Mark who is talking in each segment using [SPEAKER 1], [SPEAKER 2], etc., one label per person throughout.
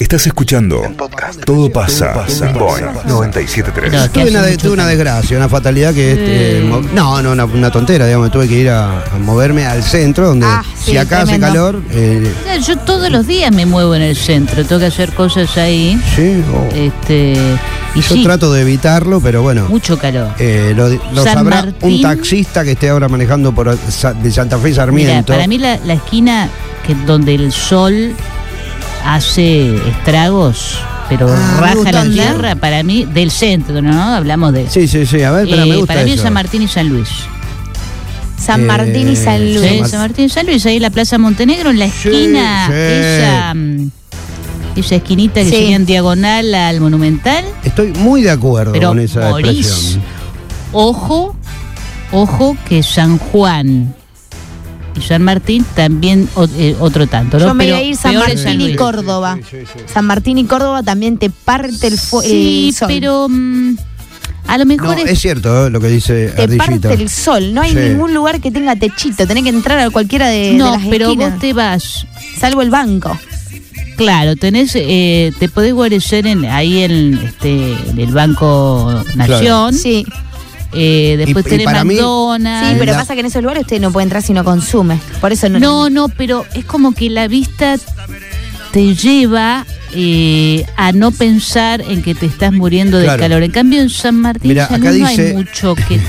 [SPEAKER 1] Estás escuchando Todo pasa, Boeing 973.
[SPEAKER 2] No, que
[SPEAKER 3] Tuve
[SPEAKER 2] hace
[SPEAKER 3] una, de-
[SPEAKER 2] mucho
[SPEAKER 3] tuve una desgracia, una fatalidad que... este,
[SPEAKER 2] Mm.
[SPEAKER 3] mo- no, no, una, una tontera, digamos. Tuve que ir a, a moverme al centro, donde
[SPEAKER 4] Ah, sí,
[SPEAKER 3] si acá
[SPEAKER 4] tremendo.
[SPEAKER 3] hace calor... eh,
[SPEAKER 2] Claro, Yo todos los días me muevo en el centro, tengo que hacer cosas ahí.
[SPEAKER 3] sí, o-
[SPEAKER 2] Este, y
[SPEAKER 3] yo
[SPEAKER 2] sí,
[SPEAKER 3] trato de evitarlo, pero bueno.
[SPEAKER 2] mucho calor.
[SPEAKER 3] eh, lo lo
[SPEAKER 2] San
[SPEAKER 3] sabrá
[SPEAKER 2] Martín.
[SPEAKER 3] un taxista que esté ahora manejando por Sa- de Santa Fe y
[SPEAKER 2] Mira,
[SPEAKER 3] Sarmiento.
[SPEAKER 2] para mí la, la esquina que donde el sol hace estragos, pero
[SPEAKER 3] Ah, me
[SPEAKER 2] raja
[SPEAKER 3] gusta
[SPEAKER 2] la
[SPEAKER 3] andar.
[SPEAKER 2] tierra, para mí, del centro, ¿no? Hablamos de...
[SPEAKER 3] Sí, sí, sí. A ver, pero
[SPEAKER 2] Eh,
[SPEAKER 3] me gusta
[SPEAKER 2] para mí es
[SPEAKER 3] eso.
[SPEAKER 2] San Martín y San Luis.
[SPEAKER 4] San
[SPEAKER 3] Eh,
[SPEAKER 4] Martín y San
[SPEAKER 2] Sí,
[SPEAKER 3] San
[SPEAKER 4] Luis.
[SPEAKER 3] Martín.
[SPEAKER 2] San Martín y San Luis, ahí en la Plaza Montenegro, en la
[SPEAKER 3] Sí,
[SPEAKER 2] esquina,
[SPEAKER 3] sí.
[SPEAKER 2] esa, mm, esa esquinita que
[SPEAKER 4] Sí.
[SPEAKER 2] sería en diagonal al Monumental.
[SPEAKER 3] Estoy muy de acuerdo
[SPEAKER 2] Pero
[SPEAKER 3] con esa
[SPEAKER 2] morís.
[SPEAKER 3] expresión.
[SPEAKER 2] Ojo, ojo que San Juan y San Martín también o- eh, otro tanto, ¿no?
[SPEAKER 4] Yo me
[SPEAKER 2] Pero
[SPEAKER 4] iba a ir San
[SPEAKER 2] peor es
[SPEAKER 4] Martín y
[SPEAKER 2] Luis.
[SPEAKER 4] Córdoba. Córdoba.
[SPEAKER 3] Sí, sí, sí, sí.
[SPEAKER 4] San Martín y Córdoba también te parte el, fu-
[SPEAKER 2] Sí,
[SPEAKER 4] el sol.
[SPEAKER 2] pero mm, a lo mejor
[SPEAKER 3] No,
[SPEAKER 2] es,
[SPEAKER 3] es cierto eh, lo que dice
[SPEAKER 4] te
[SPEAKER 3] Ardillito.
[SPEAKER 4] parte el sol. No hay
[SPEAKER 3] Sí.
[SPEAKER 4] ningún lugar que tenga techito. Tenés que entrar a cualquiera de, de
[SPEAKER 2] no,
[SPEAKER 4] las
[SPEAKER 2] pero
[SPEAKER 4] esquinas,
[SPEAKER 2] vos te vas,
[SPEAKER 4] salvo el banco.
[SPEAKER 2] claro, tenés, eh, te podés guarecer en, ahí en, este, en el Banco Nación,
[SPEAKER 4] Sí,
[SPEAKER 2] eh, después
[SPEAKER 3] Y- y
[SPEAKER 2] tenés
[SPEAKER 3] para mí-
[SPEAKER 2] McDonald's.
[SPEAKER 4] sí, pero
[SPEAKER 3] la-
[SPEAKER 4] pasa que en esos lugares usted no puede entrar si no consume. Por eso no.
[SPEAKER 2] No, no, pero es como que la vista te lleva eh, a no pensar en que te estás muriendo de
[SPEAKER 3] Claro.
[SPEAKER 2] calor. En cambio, en San Martín
[SPEAKER 3] Mirá,
[SPEAKER 2] San
[SPEAKER 3] acá
[SPEAKER 2] Luis no hay
[SPEAKER 3] dice-
[SPEAKER 2] mucho que... te-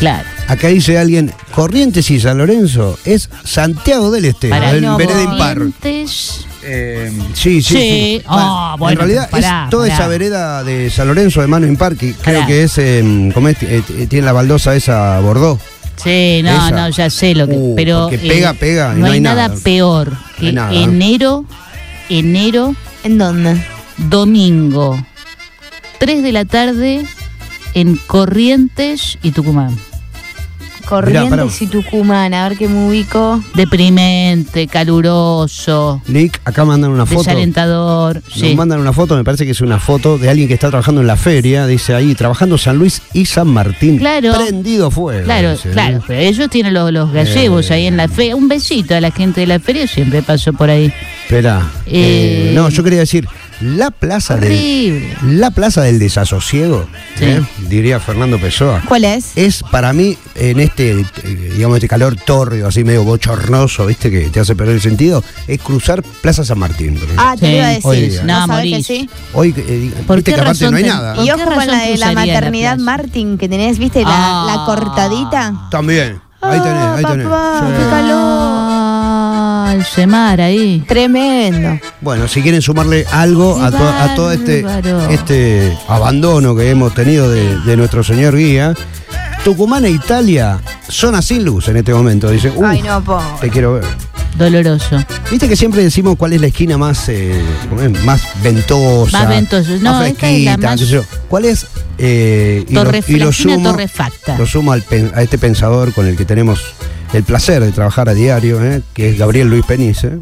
[SPEAKER 2] claro.
[SPEAKER 3] Acá dice alguien, Corrientes y San Lorenzo es Santiago del Estero,
[SPEAKER 2] Para
[SPEAKER 3] el
[SPEAKER 4] no,
[SPEAKER 3] vereda impar.
[SPEAKER 2] Corrientes,
[SPEAKER 3] Eh, sí, sí, sí.
[SPEAKER 2] Sí, ah, bueno,
[SPEAKER 3] en realidad
[SPEAKER 2] pará,
[SPEAKER 3] es toda
[SPEAKER 2] pará.
[SPEAKER 3] esa vereda de San Lorenzo de mano impar, que
[SPEAKER 2] Pará.
[SPEAKER 3] creo que es, eh, ¿cómo es? Eh, t- eh, tiene la baldosa esa Bordeaux.
[SPEAKER 2] Sí, no,
[SPEAKER 3] Esa.
[SPEAKER 2] no, ya sé lo que...
[SPEAKER 3] Uh,
[SPEAKER 2] pero eh,
[SPEAKER 3] porque pega, pega y
[SPEAKER 2] No, hay, nada, peor
[SPEAKER 3] No
[SPEAKER 2] que
[SPEAKER 3] hay nada.
[SPEAKER 2] enero, enero,
[SPEAKER 4] ¿En dónde?
[SPEAKER 2] domingo, 3 de la tarde en Corrientes y Tucumán.
[SPEAKER 4] Corrientes
[SPEAKER 3] pará.
[SPEAKER 4] y Tucumán. A ver qué me ubico.
[SPEAKER 2] Deprimente, caluroso,
[SPEAKER 3] Nick, acá mandan una foto.
[SPEAKER 2] desalentador.
[SPEAKER 3] Nos
[SPEAKER 2] sí.
[SPEAKER 3] mandan una foto, me parece que es una foto de alguien que está trabajando en la feria, dice ahí, trabajando San Luis y San Martín.
[SPEAKER 2] Claro.
[SPEAKER 3] Prendido fuego.
[SPEAKER 2] Claro,
[SPEAKER 3] dice, ¿eh?
[SPEAKER 2] claro, pero ellos tienen los, los gazebos
[SPEAKER 3] Eh.
[SPEAKER 2] ahí en la feria. Un besito a la gente de la feria, siempre paso por ahí.
[SPEAKER 3] Esperá.
[SPEAKER 2] Eh,
[SPEAKER 3] Eh, no, yo quería decir, la plaza del,
[SPEAKER 2] Horrible.
[SPEAKER 3] la plaza del desasosiego,
[SPEAKER 2] Sí.
[SPEAKER 3] ¿eh? diría Fernando Pessoa.
[SPEAKER 4] ¿Cuál es?
[SPEAKER 3] Es para mí, en este, eh, digamos, este calor tórrido, así medio bochornoso, viste, que te hace perder el sentido, es cruzar Plaza San Martín. por ejemplo.
[SPEAKER 4] Ah, te
[SPEAKER 2] Sí,
[SPEAKER 4] lo iba a
[SPEAKER 3] hoy
[SPEAKER 4] decir.
[SPEAKER 3] día.
[SPEAKER 2] No,
[SPEAKER 4] sabés que
[SPEAKER 2] morís.
[SPEAKER 4] sí?
[SPEAKER 3] Hoy, eh,
[SPEAKER 2] ¿Por
[SPEAKER 3] viste
[SPEAKER 2] qué
[SPEAKER 3] que aparte
[SPEAKER 2] razón
[SPEAKER 3] no hay
[SPEAKER 2] te-
[SPEAKER 3] nada.
[SPEAKER 2] ¿Por
[SPEAKER 4] Y
[SPEAKER 2] qué
[SPEAKER 4] ojo con
[SPEAKER 2] razón
[SPEAKER 4] la de la
[SPEAKER 2] cruzaría la
[SPEAKER 4] maternidad
[SPEAKER 2] plaza?
[SPEAKER 4] Martín que tenés, ¿viste? La,
[SPEAKER 2] Ah.
[SPEAKER 4] la cortadita.
[SPEAKER 3] También. Ahí tenés, ahí tenés.
[SPEAKER 4] Ah, papá,
[SPEAKER 3] Sí.
[SPEAKER 4] qué calor.
[SPEAKER 2] Ah, el Semar ahí.
[SPEAKER 4] Tremendo.
[SPEAKER 3] Bueno, si quieren sumarle algo a, to- a todo este,
[SPEAKER 2] Bárbaro.
[SPEAKER 3] este abandono que hemos tenido de, de nuestro señor guía, Tucumán e Italia, zona sin luz en este momento. Dice, "Uf,
[SPEAKER 4] Ay, no, po.
[SPEAKER 3] te quiero ver.
[SPEAKER 2] Doloroso.
[SPEAKER 3] Viste que siempre decimos cuál es la esquina más, eh, ¿cómo es? más ventosa.
[SPEAKER 2] Más ventosa. No,
[SPEAKER 3] más
[SPEAKER 2] esta es la
[SPEAKER 3] fresquita,
[SPEAKER 2] más-
[SPEAKER 3] qué sé yo. ¿Cuál es? Eh, y, lo,
[SPEAKER 2] Torref-
[SPEAKER 3] y lo
[SPEAKER 2] la esquina
[SPEAKER 3] sumo,
[SPEAKER 2] torrefacta.
[SPEAKER 3] lo sumo al pen- a este pensador con el que tenemos el placer de trabajar a diario, ¿eh? que es Gabriel Luis Penice.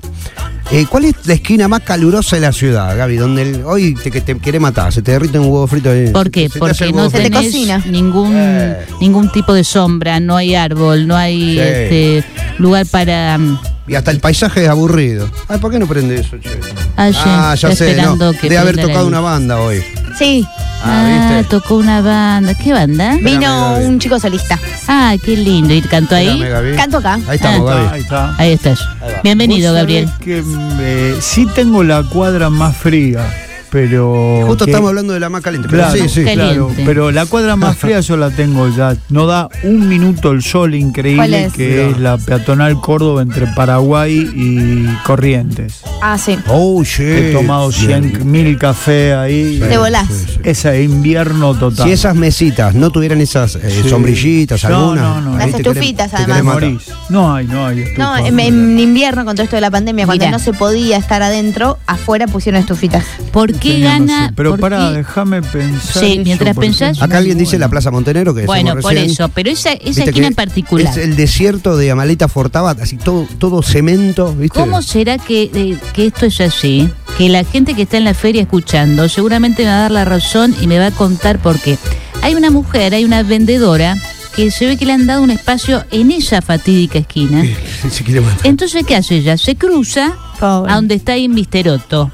[SPEAKER 3] Eh, ¿Cuál es la esquina más calurosa de la ciudad, Gaby? Donde el- hoy te, que te quiere matar, se te derrite un huevo frito. eh,
[SPEAKER 2] ¿Por
[SPEAKER 3] se
[SPEAKER 2] qué?
[SPEAKER 3] te hace
[SPEAKER 2] Porque
[SPEAKER 3] el
[SPEAKER 2] no
[SPEAKER 3] huevo
[SPEAKER 4] Se te
[SPEAKER 3] frito.
[SPEAKER 2] tenés
[SPEAKER 4] cocina.
[SPEAKER 2] ningún
[SPEAKER 3] Eh.
[SPEAKER 2] ningún tipo de sombra, no hay árbol, no hay
[SPEAKER 3] Sí.
[SPEAKER 2] este, lugar para... mm,
[SPEAKER 3] Y hasta el paisaje es aburrido. Ay, ¿por qué no prende eso, che?
[SPEAKER 2] Ah, sí,
[SPEAKER 3] ya
[SPEAKER 2] está
[SPEAKER 3] sé, no,
[SPEAKER 2] esperando que
[SPEAKER 3] de haber
[SPEAKER 2] prenda la
[SPEAKER 3] tocado
[SPEAKER 2] luz.
[SPEAKER 3] una banda hoy.
[SPEAKER 4] Sí,
[SPEAKER 3] Ah,
[SPEAKER 2] Ah,
[SPEAKER 3] ¿viste?
[SPEAKER 2] tocó una banda. ¿Qué banda?
[SPEAKER 4] vino
[SPEAKER 3] Gaby.
[SPEAKER 4] un chico solista.
[SPEAKER 2] Ah, qué lindo. ¿Y cantó ahí?
[SPEAKER 3] Espérame, Gaby.
[SPEAKER 4] Canto acá.
[SPEAKER 3] Ahí estamos,
[SPEAKER 2] Ah,
[SPEAKER 3] Gaby.
[SPEAKER 5] Ahí está.
[SPEAKER 2] Ahí estás. Bienvenido,
[SPEAKER 5] Vos sabés
[SPEAKER 2] Gabriel.
[SPEAKER 5] Que, mm, eh, sí tengo la cuadra más fría, pero...
[SPEAKER 3] Justo
[SPEAKER 5] que-
[SPEAKER 3] estamos hablando de la más caliente. Pero
[SPEAKER 5] Claro,
[SPEAKER 3] sí, sí.
[SPEAKER 2] Caliente.
[SPEAKER 5] claro, pero la cuadra más fría yo la tengo ya. No da un minuto el sol
[SPEAKER 4] ¿Cuál
[SPEAKER 5] increíble
[SPEAKER 4] es?
[SPEAKER 5] que es la peatonal Córdoba entre Paraguay y Corrientes.
[SPEAKER 4] Ah, sí.
[SPEAKER 3] Oh, shit.
[SPEAKER 5] He tomado
[SPEAKER 3] Bien.
[SPEAKER 5] 100 mil café ahí.
[SPEAKER 4] Te volás.
[SPEAKER 5] Esa invierno total.
[SPEAKER 3] Si esas mesitas no tuvieran esas eh,
[SPEAKER 5] Sí.
[SPEAKER 3] sombrillitas,
[SPEAKER 5] No,
[SPEAKER 3] algunas.
[SPEAKER 5] no, no.
[SPEAKER 3] ahí
[SPEAKER 5] Las
[SPEAKER 3] te querés-
[SPEAKER 4] estufitas,
[SPEAKER 3] te querés
[SPEAKER 4] además.
[SPEAKER 3] matar.
[SPEAKER 5] Morís. No hay, no hay.
[SPEAKER 4] No,
[SPEAKER 5] estufa.
[SPEAKER 4] en, en invierno con todo esto de la pandemia, cuando
[SPEAKER 2] Mirá.
[SPEAKER 4] no se podía estar adentro, afuera pusieron estufitas.
[SPEAKER 2] ¿Por qué
[SPEAKER 5] Tenía, no
[SPEAKER 2] gana?
[SPEAKER 5] sé. Pero
[SPEAKER 2] por
[SPEAKER 5] pará,
[SPEAKER 2] qué-
[SPEAKER 5] déjame pensar.
[SPEAKER 2] Sí,
[SPEAKER 5] eso,
[SPEAKER 2] mientras
[SPEAKER 5] porque
[SPEAKER 2] pensás-
[SPEAKER 5] es muy
[SPEAKER 3] Acá alguien dice
[SPEAKER 5] bueno.
[SPEAKER 3] la Plaza Montenegro que
[SPEAKER 2] Bueno,
[SPEAKER 3] decíamos
[SPEAKER 2] por
[SPEAKER 3] recién.
[SPEAKER 2] eso. Pero esa, esa
[SPEAKER 3] Viste
[SPEAKER 2] esquina
[SPEAKER 3] que este-
[SPEAKER 2] en particular.
[SPEAKER 3] Es el desierto de Amaleta Fortabat, así todo, todo cemento, ¿viste?
[SPEAKER 2] ¿Cómo será que, eh, que esto es así? Que la gente que está en la feria escuchando seguramente me va a dar la razón y me va a contar por qué. Hay una mujer, hay una vendedora que se ve que le han dado un espacio en esa fatídica esquina.
[SPEAKER 3] Si quiere matar.
[SPEAKER 2] Entonces, ¿qué hace ella? Se cruza
[SPEAKER 4] Pobre.
[SPEAKER 2] a donde está Invisteroto.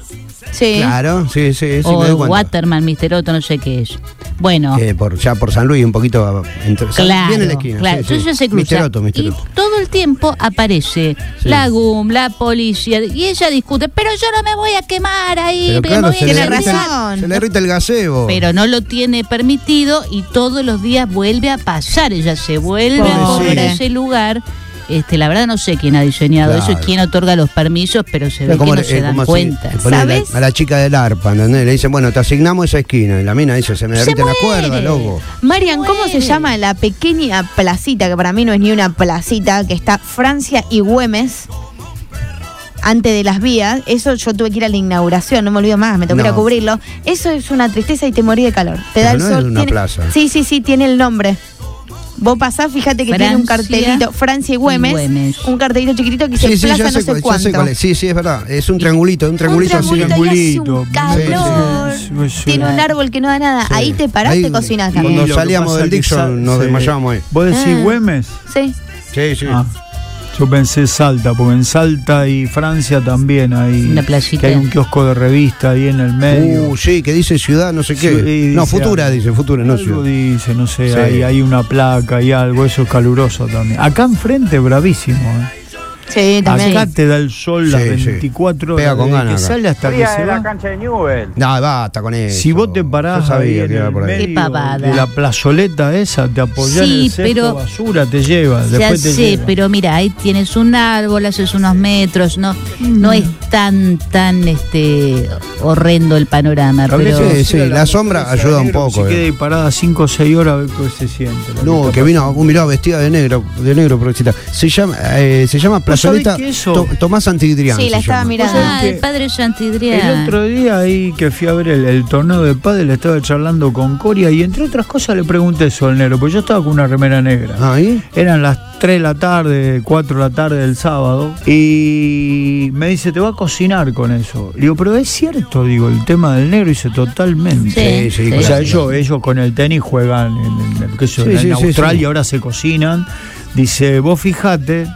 [SPEAKER 4] Sí.
[SPEAKER 3] Claro, sí, sí, sí. me
[SPEAKER 2] o
[SPEAKER 3] doy cuenta.
[SPEAKER 2] Waterman, Mister Otto, no sé qué es. Bueno,
[SPEAKER 3] Que por, ya por San Luis, un poquito entre, San-
[SPEAKER 2] claro,
[SPEAKER 3] bien en la esquina.
[SPEAKER 2] claro.
[SPEAKER 3] sí, sí.
[SPEAKER 2] Entonces se cruza.
[SPEAKER 3] Mister Otto, Mister
[SPEAKER 2] y
[SPEAKER 3] Otto.
[SPEAKER 2] todo el tiempo aparece
[SPEAKER 3] Sí.
[SPEAKER 2] la GUM, la policía, y ella discute, pero yo no me voy a quemar ahí,
[SPEAKER 3] Pero
[SPEAKER 2] porque
[SPEAKER 3] claro,
[SPEAKER 2] me voy a
[SPEAKER 3] se, le
[SPEAKER 4] tiene
[SPEAKER 2] incendiar".
[SPEAKER 3] irrita el-
[SPEAKER 4] razón.
[SPEAKER 3] se le irrita el gazebo.
[SPEAKER 2] Pero no lo tiene permitido y todos los días vuelve a pasar. Ella se vuelve a
[SPEAKER 4] Pobre.
[SPEAKER 2] comer ese lugar. Este, la verdad no sé quién ha diseñado
[SPEAKER 3] Claro.
[SPEAKER 2] eso y quién otorga los permisos, pero se ve que
[SPEAKER 3] ¿Cómo
[SPEAKER 2] no
[SPEAKER 3] le-
[SPEAKER 2] se
[SPEAKER 3] eh,
[SPEAKER 2] dan
[SPEAKER 3] cómo
[SPEAKER 2] cuenta.
[SPEAKER 3] le ponen a la-
[SPEAKER 4] ¿Sabes?
[SPEAKER 3] A la chica del arpa, ¿entendés? Le dicen, bueno, te asignamos esa esquina. Y la mina dice, se me
[SPEAKER 2] Se
[SPEAKER 3] derrite la
[SPEAKER 2] muere.
[SPEAKER 3] cuerda, loco.
[SPEAKER 4] Marian, ¿cómo se
[SPEAKER 2] Muere.
[SPEAKER 4] llama la pequeña placita, que para mí no es ni una placita, que está Francia y Güemes, antes de las vías? Eso yo tuve que ir a la inauguración, no me olvido más, me tocó ir a
[SPEAKER 3] No.
[SPEAKER 4] cubrirlo. Eso es una tristeza y te morí de calor. Te
[SPEAKER 3] Pero
[SPEAKER 4] da el
[SPEAKER 3] no es
[SPEAKER 4] sol.
[SPEAKER 3] una
[SPEAKER 4] tiene-
[SPEAKER 3] plaza.
[SPEAKER 4] Sí, sí, sí, tiene el nombre. Vos pasás, fíjate que tiene un
[SPEAKER 2] Francia
[SPEAKER 4] cartelito, Francia y
[SPEAKER 2] y
[SPEAKER 4] Güemes,
[SPEAKER 2] Güemes.
[SPEAKER 4] un cartelito chiquitito que
[SPEAKER 3] Sí,
[SPEAKER 4] dice
[SPEAKER 3] sí,
[SPEAKER 4] plaza
[SPEAKER 3] ya sé,
[SPEAKER 4] no sé
[SPEAKER 3] cuál, ya sé
[SPEAKER 4] cuánto.
[SPEAKER 3] cuál es. Sí, sí, es verdad. Es un triangulito, un triangulito,
[SPEAKER 5] Un
[SPEAKER 3] así.
[SPEAKER 4] triangulito. y hace un
[SPEAKER 3] triangulito.
[SPEAKER 4] calor.
[SPEAKER 5] Sí, sí, sí.
[SPEAKER 4] Tiene un árbol que no da nada.
[SPEAKER 3] Sí.
[SPEAKER 4] Ahí te parás,
[SPEAKER 3] Ahí-
[SPEAKER 4] te cocinás
[SPEAKER 3] Cuando
[SPEAKER 4] también.
[SPEAKER 5] Y lo que
[SPEAKER 3] salíamos
[SPEAKER 5] pasa
[SPEAKER 3] del
[SPEAKER 5] que
[SPEAKER 3] Dixon,
[SPEAKER 5] sa-
[SPEAKER 3] nos desmayamos ahí.
[SPEAKER 5] ¿Vos decís
[SPEAKER 4] Ah.
[SPEAKER 5] Güemes?
[SPEAKER 4] Sí.
[SPEAKER 3] Sí, sí.
[SPEAKER 5] Ah, yo pensé Salta, porque en Salta y Francia también hay,
[SPEAKER 2] Una placita.
[SPEAKER 5] que hay un kiosco de revista ahí en el medio.
[SPEAKER 3] Uh, sí, que dice ciudad, no sé qué.
[SPEAKER 5] Sí,
[SPEAKER 3] no,
[SPEAKER 5] dice
[SPEAKER 3] futura,
[SPEAKER 5] algo.
[SPEAKER 3] dice, futura, no
[SPEAKER 5] Algo
[SPEAKER 3] ciudad.
[SPEAKER 5] dice, no sé,
[SPEAKER 3] Sí.
[SPEAKER 5] hay, hay una placa y algo, eso es caluroso también. Acá enfrente, bravísimo. ¿eh?
[SPEAKER 4] Sí, también.
[SPEAKER 5] Acá te da el sol las
[SPEAKER 3] Sí, sí.
[SPEAKER 5] 24
[SPEAKER 3] Pega
[SPEAKER 5] horas.
[SPEAKER 3] con
[SPEAKER 5] desde
[SPEAKER 3] ganas
[SPEAKER 5] que
[SPEAKER 3] acá.
[SPEAKER 5] sale hasta que
[SPEAKER 6] Fría
[SPEAKER 5] se
[SPEAKER 6] de la
[SPEAKER 5] va.
[SPEAKER 6] cancha de Newell.
[SPEAKER 3] No, basta con eso.
[SPEAKER 5] Si vos te
[SPEAKER 3] Yo
[SPEAKER 5] parás ahí
[SPEAKER 3] sabía
[SPEAKER 5] en
[SPEAKER 3] que iba
[SPEAKER 5] el
[SPEAKER 3] por ahí.
[SPEAKER 2] Qué
[SPEAKER 5] medio
[SPEAKER 2] pavada.
[SPEAKER 5] de la plazoleta esa, te apoyás en
[SPEAKER 2] Sí,
[SPEAKER 5] el cesto,
[SPEAKER 2] pero-
[SPEAKER 5] basura, te lleva,
[SPEAKER 2] Ya
[SPEAKER 5] después te
[SPEAKER 2] sé,
[SPEAKER 5] lleva.
[SPEAKER 2] pero mira, ahí tienes un árbol, haces unos metros, no, no
[SPEAKER 5] Mm.
[SPEAKER 2] es tan, tan este horrendo el panorama,
[SPEAKER 5] A
[SPEAKER 2] pero
[SPEAKER 5] veces
[SPEAKER 3] Sí, sí,
[SPEAKER 5] ir a
[SPEAKER 3] la sombra
[SPEAKER 5] hamburguesa
[SPEAKER 3] ayuda un
[SPEAKER 5] negro,
[SPEAKER 3] poco,
[SPEAKER 5] Se queda
[SPEAKER 3] eh.
[SPEAKER 5] ahí parada 5 o 6 horas a ver qué se siente. la
[SPEAKER 3] No,
[SPEAKER 5] neta.
[SPEAKER 3] que vino, un miró vestida de negro, de negro, pobrecita. Se llama, eh, se llama Plazoleta
[SPEAKER 5] sabés que eso-
[SPEAKER 3] To- Tomás Antigrián.
[SPEAKER 4] Sí, la
[SPEAKER 3] se
[SPEAKER 4] estaba
[SPEAKER 3] llama.
[SPEAKER 4] mirando.
[SPEAKER 2] ah,
[SPEAKER 5] que
[SPEAKER 2] el padre
[SPEAKER 5] El
[SPEAKER 2] Santidrián.
[SPEAKER 5] otro día ahí que fui a ver el, el torneo de pádel estaba charlando con Coria y entre otras cosas le pregunté eso al negro, porque yo estaba con una remera negra.
[SPEAKER 3] ¿Ah, Ahí.
[SPEAKER 5] Eran las 3 de la tarde, 4 de la tarde del sábado. Y me dice, te va a cocinar con eso. Le digo, pero es cierto, digo, el tema del negro. Dice, totalmente.
[SPEAKER 2] Sí, sí,
[SPEAKER 5] O sea,
[SPEAKER 3] claro.
[SPEAKER 5] ellos, ellos con el tenis juegan en, en- qué sé yo,
[SPEAKER 3] Sí,
[SPEAKER 5] en
[SPEAKER 3] sí, sí,
[SPEAKER 5] Australia,
[SPEAKER 3] sí.
[SPEAKER 5] ahora se cocinan. Dice, vos fijate,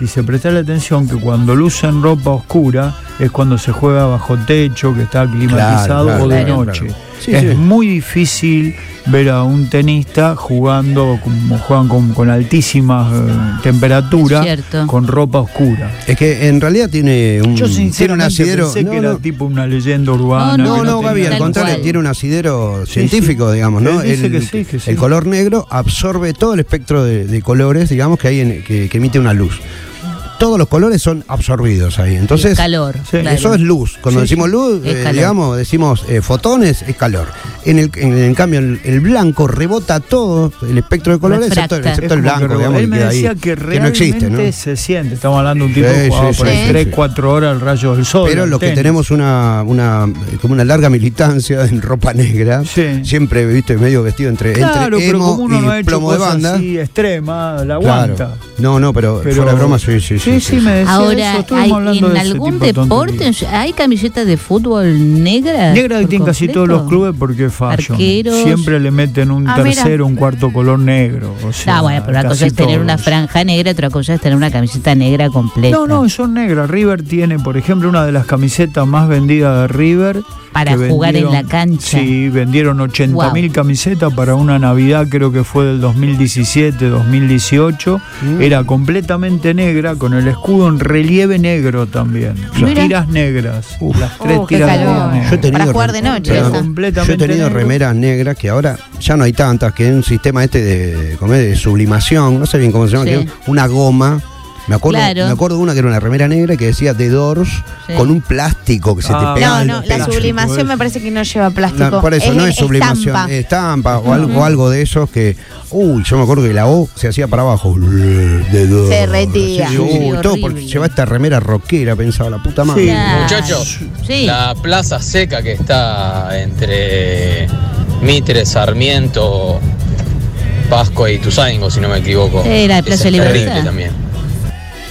[SPEAKER 5] dice, prestale atención que cuando lucen ropa oscura es cuando se juega bajo techo, que está climatizado
[SPEAKER 3] Claro,
[SPEAKER 5] o de
[SPEAKER 3] claro,
[SPEAKER 5] noche.
[SPEAKER 3] claro. Sí,
[SPEAKER 5] es
[SPEAKER 3] sí.
[SPEAKER 5] muy difícil ver a un tenista jugando como juegan con, con altísimas eh, temperaturas,
[SPEAKER 2] Es cierto.
[SPEAKER 5] con ropa oscura.
[SPEAKER 3] Es que en realidad tiene un, tiene
[SPEAKER 5] Yo
[SPEAKER 3] un
[SPEAKER 5] sinceramente
[SPEAKER 3] asidero.
[SPEAKER 5] pensé
[SPEAKER 3] no,
[SPEAKER 5] que
[SPEAKER 3] no.
[SPEAKER 5] era tipo una leyenda
[SPEAKER 2] No,
[SPEAKER 5] urbana. que
[SPEAKER 3] Mm. No, no,
[SPEAKER 5] tenía-
[SPEAKER 3] Gaby, al
[SPEAKER 2] tal
[SPEAKER 3] contrario,
[SPEAKER 2] cual.
[SPEAKER 3] tiene un asidero
[SPEAKER 5] Sí,
[SPEAKER 3] científico,
[SPEAKER 5] sí.
[SPEAKER 3] digamos, ¿no?
[SPEAKER 5] Él dice
[SPEAKER 3] el,
[SPEAKER 5] que sí, que sí.
[SPEAKER 3] el color negro absorbe todo el espectro de, de colores, digamos, que hay en- que, que emite una luz. Todos los colores son absorbidos ahí. Entonces,
[SPEAKER 2] calor.
[SPEAKER 5] Sí,
[SPEAKER 2] claro.
[SPEAKER 3] eso es luz. Cuando
[SPEAKER 5] Sí,
[SPEAKER 3] decimos
[SPEAKER 5] sí.
[SPEAKER 3] luz,
[SPEAKER 2] Es
[SPEAKER 3] eh,
[SPEAKER 2] calor.
[SPEAKER 3] digamos, decimos eh, fotones, es calor. En el, en, en cambio, el, el blanco rebota todo el espectro de colores, excepto,
[SPEAKER 2] Refracta.
[SPEAKER 3] excepto Este el
[SPEAKER 5] Es como que
[SPEAKER 3] blanco, digamos,
[SPEAKER 5] Él
[SPEAKER 3] que
[SPEAKER 5] me
[SPEAKER 3] queda ahí,
[SPEAKER 5] decía que
[SPEAKER 3] que
[SPEAKER 5] realmente
[SPEAKER 3] no existe, ¿no?
[SPEAKER 5] se siente. Estamos hablando de un tipo
[SPEAKER 3] Sí,
[SPEAKER 5] que jugaba
[SPEAKER 3] sí,
[SPEAKER 5] por
[SPEAKER 3] sí,
[SPEAKER 5] ahí
[SPEAKER 3] sí,
[SPEAKER 5] 3,
[SPEAKER 3] sí.
[SPEAKER 5] 4 horas al rayo del sol.
[SPEAKER 3] Pero
[SPEAKER 5] al
[SPEAKER 3] los que
[SPEAKER 5] tenis.
[SPEAKER 3] tenemos una, una eh, como una larga militancia en ropa negra,
[SPEAKER 5] Sí.
[SPEAKER 3] siempre viste medio vestido entre,
[SPEAKER 5] Claro,
[SPEAKER 3] entre
[SPEAKER 5] pero
[SPEAKER 3] emo
[SPEAKER 5] como uno
[SPEAKER 3] y
[SPEAKER 5] no ha hecho
[SPEAKER 3] plomo de
[SPEAKER 5] cosas
[SPEAKER 3] banda.
[SPEAKER 5] así extrema, la
[SPEAKER 3] Claro.
[SPEAKER 5] aguanta.
[SPEAKER 3] No, no, pero,
[SPEAKER 5] Pero
[SPEAKER 3] fuera de broma, sí, sí, sí.
[SPEAKER 5] Sí, sí, me decía eso,
[SPEAKER 2] Ahora,
[SPEAKER 5] estuvimos
[SPEAKER 2] hay,
[SPEAKER 5] hablando
[SPEAKER 2] ¿en
[SPEAKER 5] de ese
[SPEAKER 2] algún
[SPEAKER 5] tipo de
[SPEAKER 2] deporte
[SPEAKER 5] tonterías.
[SPEAKER 2] hay camisetas de fútbol negras?
[SPEAKER 5] Negra que
[SPEAKER 2] por
[SPEAKER 5] tienen casi todos
[SPEAKER 2] completo?
[SPEAKER 5] los clubes porque fallan.
[SPEAKER 2] Arqueros.
[SPEAKER 5] Siempre le meten un
[SPEAKER 4] Ah, mira.
[SPEAKER 5] tercero, un cuarto color negro. O sea,
[SPEAKER 2] Ah, bueno, pero una
[SPEAKER 5] casi
[SPEAKER 2] cosa es tener una
[SPEAKER 5] todos.
[SPEAKER 2] franja negra, otra cosa es tener una camiseta negra completa.
[SPEAKER 5] No, no, son negras. River tiene, por ejemplo, una de las camisetas más vendidas de River.
[SPEAKER 2] Para
[SPEAKER 5] que
[SPEAKER 2] jugar en la cancha.
[SPEAKER 5] Sí, vendieron 80 mil
[SPEAKER 2] Wow.
[SPEAKER 5] camisetas para una Navidad, creo que fue del 2017, 2018. Era completamente negra, con el escudo en relieve negro también. Y
[SPEAKER 4] Mira.
[SPEAKER 5] tiras negras. Las tres
[SPEAKER 4] Oh, qué
[SPEAKER 5] tiras
[SPEAKER 4] calor.
[SPEAKER 5] negras.
[SPEAKER 3] Yo he tenido
[SPEAKER 4] Para jugar de noche,
[SPEAKER 3] perdón,
[SPEAKER 4] esa.
[SPEAKER 5] Completamente
[SPEAKER 3] yo he tenido
[SPEAKER 5] negro.
[SPEAKER 3] remeras negras que ahora ya no hay tantas, que es un sistema este de, como es, de sublimación, no sé bien cómo se llama,
[SPEAKER 2] Sí.
[SPEAKER 3] que es una goma. Me acuerdo,
[SPEAKER 2] Claro.
[SPEAKER 3] me acuerdo de una que era una remera negra que decía The Doors
[SPEAKER 2] Sí.
[SPEAKER 3] con un plástico que se
[SPEAKER 5] Ah,
[SPEAKER 3] te pega.
[SPEAKER 4] No,
[SPEAKER 3] en
[SPEAKER 4] no,
[SPEAKER 3] los
[SPEAKER 4] la
[SPEAKER 3] pechos.
[SPEAKER 4] sublimación me parece que no lleva plástico.
[SPEAKER 3] No, por eso no
[SPEAKER 4] en
[SPEAKER 3] es sublimación,
[SPEAKER 4] estampa.
[SPEAKER 3] es estampa o algo, o algo de esos que, uy, yo me acuerdo que la O se hacía para abajo. The Doors.
[SPEAKER 4] Se retira.
[SPEAKER 3] Sí, uy,
[SPEAKER 2] Sí,
[SPEAKER 3] todo
[SPEAKER 2] horrible.
[SPEAKER 3] porque lleva esta remera rockera, pensaba la puta madre.
[SPEAKER 5] Sí.
[SPEAKER 2] Claro.
[SPEAKER 7] Muchachos,
[SPEAKER 2] Sí.
[SPEAKER 7] la plaza seca que está entre Mitre, Sarmiento, Pasco y Tuzaingo, si no me equivoco.
[SPEAKER 2] Era la
[SPEAKER 7] Esa
[SPEAKER 2] Plaza
[SPEAKER 7] es terrible
[SPEAKER 2] Libertad.
[SPEAKER 7] también.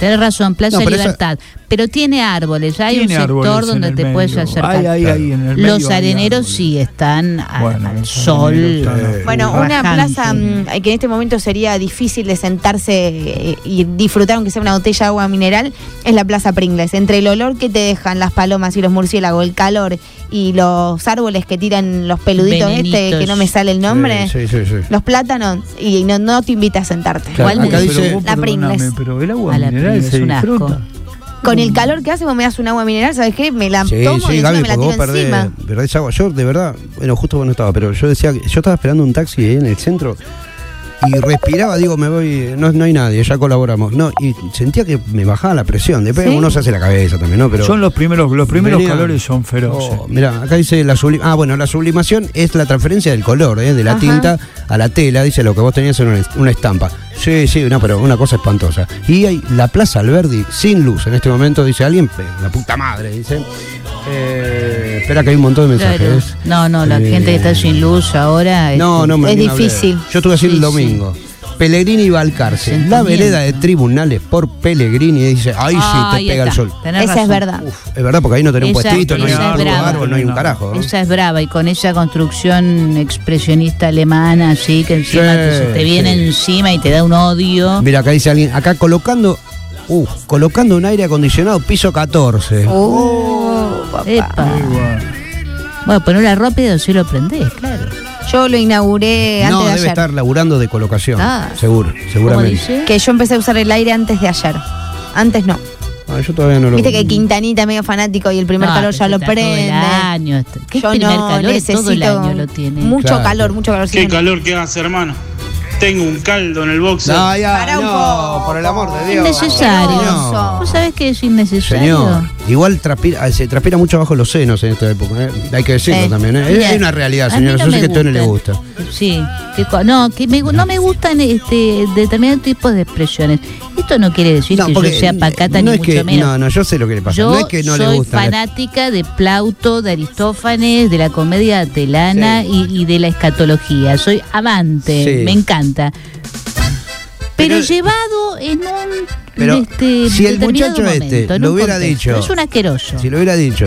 [SPEAKER 2] Tenés razón, Plaza
[SPEAKER 3] No, pero esa-
[SPEAKER 2] Libertad. Pero, Pero tiene árboles, hay
[SPEAKER 5] Tiene
[SPEAKER 2] un sector
[SPEAKER 5] árboles en
[SPEAKER 2] donde
[SPEAKER 5] el
[SPEAKER 2] te
[SPEAKER 5] medio.
[SPEAKER 2] puedes acercar.
[SPEAKER 5] Ahí, ahí, ahí, en el medio
[SPEAKER 2] los
[SPEAKER 5] hay
[SPEAKER 2] areneros
[SPEAKER 5] árboles.
[SPEAKER 2] sí están a-
[SPEAKER 5] Bueno,
[SPEAKER 2] al
[SPEAKER 5] los
[SPEAKER 2] sol.
[SPEAKER 5] areneros están
[SPEAKER 3] eh,
[SPEAKER 5] a-
[SPEAKER 4] Bueno, una
[SPEAKER 2] Bajante.
[SPEAKER 4] plaza mm, que en este momento sería difícil de sentarse eh, y disfrutar, aunque sea una botella de agua mineral, es la Plaza Pringles. Entre el olor que te dejan las palomas y los murciélagos, el calor y los árboles que tiran los peluditos, este
[SPEAKER 2] Venenitos.
[SPEAKER 4] que no me sale el nombre,
[SPEAKER 3] Sí, sí, sí.
[SPEAKER 4] los plátanos, y no, no te invita a sentarte.
[SPEAKER 3] Claro,
[SPEAKER 2] Igual
[SPEAKER 3] acá
[SPEAKER 2] me-
[SPEAKER 3] dice-
[SPEAKER 5] vos
[SPEAKER 4] La
[SPEAKER 5] perdoname,
[SPEAKER 4] Pringles.
[SPEAKER 5] Pero el agua
[SPEAKER 2] A la
[SPEAKER 5] mineral
[SPEAKER 2] Pringles,
[SPEAKER 5] se
[SPEAKER 2] un asco.
[SPEAKER 5] disfruta.
[SPEAKER 4] Con el calor que hace, vos me das un agua mineral, ¿sabes qué? Me la
[SPEAKER 3] Sí,
[SPEAKER 4] tomo Ah, y
[SPEAKER 3] sí,
[SPEAKER 4] encima
[SPEAKER 3] Gaby,
[SPEAKER 4] me la
[SPEAKER 3] porque
[SPEAKER 4] tiro
[SPEAKER 3] vos perdés,
[SPEAKER 4] encima.
[SPEAKER 3] perdés agua. Yo, de verdad, bueno, justo vos no estaba, pero yo decía, que- yo estaba esperando un taxi ahí en el centro y respiraba, digo, me voy, no, no hay nadie, ya colaboramos. No, y sentía que me bajaba la presión. Después
[SPEAKER 4] Sí.
[SPEAKER 3] uno se hace la cabeza también, ¿no? Pero Oh.
[SPEAKER 5] son los primeros, los primeros
[SPEAKER 3] Venía-
[SPEAKER 5] calores son feroces.
[SPEAKER 3] mira, acá dice la sublimación. Ah, bueno, la sublimación es la transferencia del color, ¿eh? de la
[SPEAKER 4] Ajá.
[SPEAKER 3] tinta a la tela, dice lo que vos tenías en una, una estampa. Sí, sí, no, pero una cosa espantosa. Y hay la Plaza Alberdi sin luz en este momento, dice alguien, pe- la puta madre, dice. Eh, espera que hay un montón de
[SPEAKER 2] Claro.
[SPEAKER 3] mensajes.
[SPEAKER 2] No, no, la
[SPEAKER 3] Eh,
[SPEAKER 2] gente que está sin luz ahora. este,
[SPEAKER 3] No, no me
[SPEAKER 4] Es
[SPEAKER 3] ni hablé.
[SPEAKER 4] difícil.
[SPEAKER 3] Yo estuve así
[SPEAKER 2] Sí,
[SPEAKER 3] el domingo. Pellegrini y Valcarce. La
[SPEAKER 2] Sentimiento.
[SPEAKER 3] vereda de tribunales por Pellegrini dice, ahí sí
[SPEAKER 2] Ah,
[SPEAKER 3] te pega
[SPEAKER 2] está,
[SPEAKER 3] el sol.
[SPEAKER 2] tenés
[SPEAKER 4] Esa es
[SPEAKER 2] razón.
[SPEAKER 4] verdad.
[SPEAKER 3] Uf, es verdad, porque ahí no tenés un
[SPEAKER 2] Esa-
[SPEAKER 3] puestito, no hay un
[SPEAKER 2] esa es brava.
[SPEAKER 3] árbol, no hay un carajo. ¿eh?
[SPEAKER 2] Esa es brava y con esa construcción expresionista alemana, así que encima
[SPEAKER 3] Sí,
[SPEAKER 2] te- se te viene
[SPEAKER 3] sí.
[SPEAKER 2] encima y te da un odio.
[SPEAKER 3] Mira, acá dice alguien, acá colocando, uh, colocando un aire acondicionado, piso
[SPEAKER 4] Uh,
[SPEAKER 3] 14.
[SPEAKER 4] Oh, papá.
[SPEAKER 2] Epa.
[SPEAKER 5] Ah.
[SPEAKER 2] Bueno, poner la ropa y así lo prendés, claro.
[SPEAKER 4] Yo lo inauguré antes
[SPEAKER 3] no,
[SPEAKER 4] de
[SPEAKER 3] debe
[SPEAKER 4] ayer.
[SPEAKER 3] estar laburando de colocación.
[SPEAKER 2] Ah.
[SPEAKER 3] seguro, seguramente.
[SPEAKER 2] dice?
[SPEAKER 4] Que yo empecé a usar el aire antes de ayer. Antes no.
[SPEAKER 3] Ah, yo todavía no lo
[SPEAKER 4] Viste que Quintanita medio fanático y el primer
[SPEAKER 2] No,
[SPEAKER 4] calor ya
[SPEAKER 2] pero
[SPEAKER 4] lo
[SPEAKER 2] está todo
[SPEAKER 4] prende.
[SPEAKER 2] el año, está- ¿Qué
[SPEAKER 4] Yo
[SPEAKER 2] primer
[SPEAKER 4] no
[SPEAKER 2] calor?
[SPEAKER 4] necesito
[SPEAKER 2] Todo el año lo tiene.
[SPEAKER 4] Mucho
[SPEAKER 3] Claro.
[SPEAKER 4] calor, mucho calor. sí,
[SPEAKER 6] Qué
[SPEAKER 4] no.
[SPEAKER 6] calor que hace, hermano. Tengo un caldo en el box.
[SPEAKER 3] No, ya,
[SPEAKER 4] Pará un
[SPEAKER 3] no,
[SPEAKER 4] poco.
[SPEAKER 3] por el amor de
[SPEAKER 2] Es
[SPEAKER 3] Dios.
[SPEAKER 2] innecesario.
[SPEAKER 3] No.
[SPEAKER 2] ¿Vos sabés que es innecesario?
[SPEAKER 3] Señor, igual transpira- se transpira mucho bajo los senos en esta época, ¿eh? hay que decirlo
[SPEAKER 4] Sí.
[SPEAKER 3] también. ¿eh? Es,
[SPEAKER 2] Mira,
[SPEAKER 3] es una realidad,
[SPEAKER 2] a mí
[SPEAKER 3] señor.
[SPEAKER 2] no
[SPEAKER 3] yo sé
[SPEAKER 2] me
[SPEAKER 3] que a usted no le gusta.
[SPEAKER 2] gustan. Sí, que co- no, que me gu- no me gustan este, determinados tipos de expresiones. Esto no quiere decir que yo sea pacata
[SPEAKER 3] no
[SPEAKER 2] ni
[SPEAKER 3] es
[SPEAKER 2] mucho
[SPEAKER 3] que,
[SPEAKER 2] menos.
[SPEAKER 3] No, no, yo sé lo que le pasa.
[SPEAKER 2] Yo
[SPEAKER 3] no es que no
[SPEAKER 2] soy
[SPEAKER 3] le gusta.
[SPEAKER 2] fanática de Plauto, de Aristófanes, de la comedia de Lana y, y de la escatología. Soy amante,
[SPEAKER 3] Sí.
[SPEAKER 2] me encanta. Pero,
[SPEAKER 3] Pero-
[SPEAKER 2] llevado en un
[SPEAKER 3] Pero
[SPEAKER 2] este,
[SPEAKER 3] si el
[SPEAKER 2] determinado
[SPEAKER 3] muchacho este
[SPEAKER 2] momento, en
[SPEAKER 3] lo
[SPEAKER 2] un
[SPEAKER 3] hubiera dicho-
[SPEAKER 2] Es un asqueroso.
[SPEAKER 3] Si lo hubiera dicho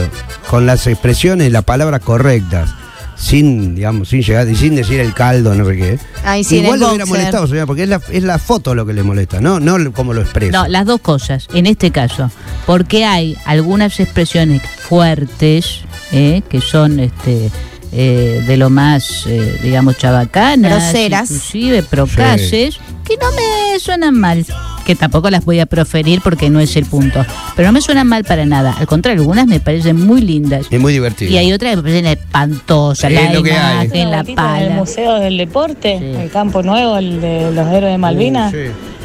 [SPEAKER 3] con las expresiones, las palabras correctas, sin, digamos, sin llegar, y sin decir el caldo, no sé qué.
[SPEAKER 4] Ay, sí, en
[SPEAKER 3] Igual
[SPEAKER 4] el
[SPEAKER 3] le hubiera
[SPEAKER 4] boxer.
[SPEAKER 3] molestado, señora, porque es la, es la foto lo que le molesta, no, no lo- cómo lo expresa.
[SPEAKER 2] No, las dos cosas, en este caso. Porque hay algunas expresiones fuertes, ¿eh? que son este eh, de lo más, eh, digamos, chabacanas,
[SPEAKER 4] Groseras.
[SPEAKER 2] inclusive procaces, que no me suenan mal. Que tampoco las voy a proferir porque no es el punto. Pero no me suenan mal para nada. Al contrario, algunas me parecen muy lindas.
[SPEAKER 3] es muy divertido.
[SPEAKER 2] Y hay otras que me parecen espantosas.
[SPEAKER 3] Es
[SPEAKER 2] la
[SPEAKER 3] lo que hay.
[SPEAKER 2] imagen, la
[SPEAKER 8] En el
[SPEAKER 2] pala.
[SPEAKER 8] Museo del Deporte,
[SPEAKER 2] Sí.
[SPEAKER 8] el Campo Nuevo, el de los Héroes de Malvinas.
[SPEAKER 3] Sí.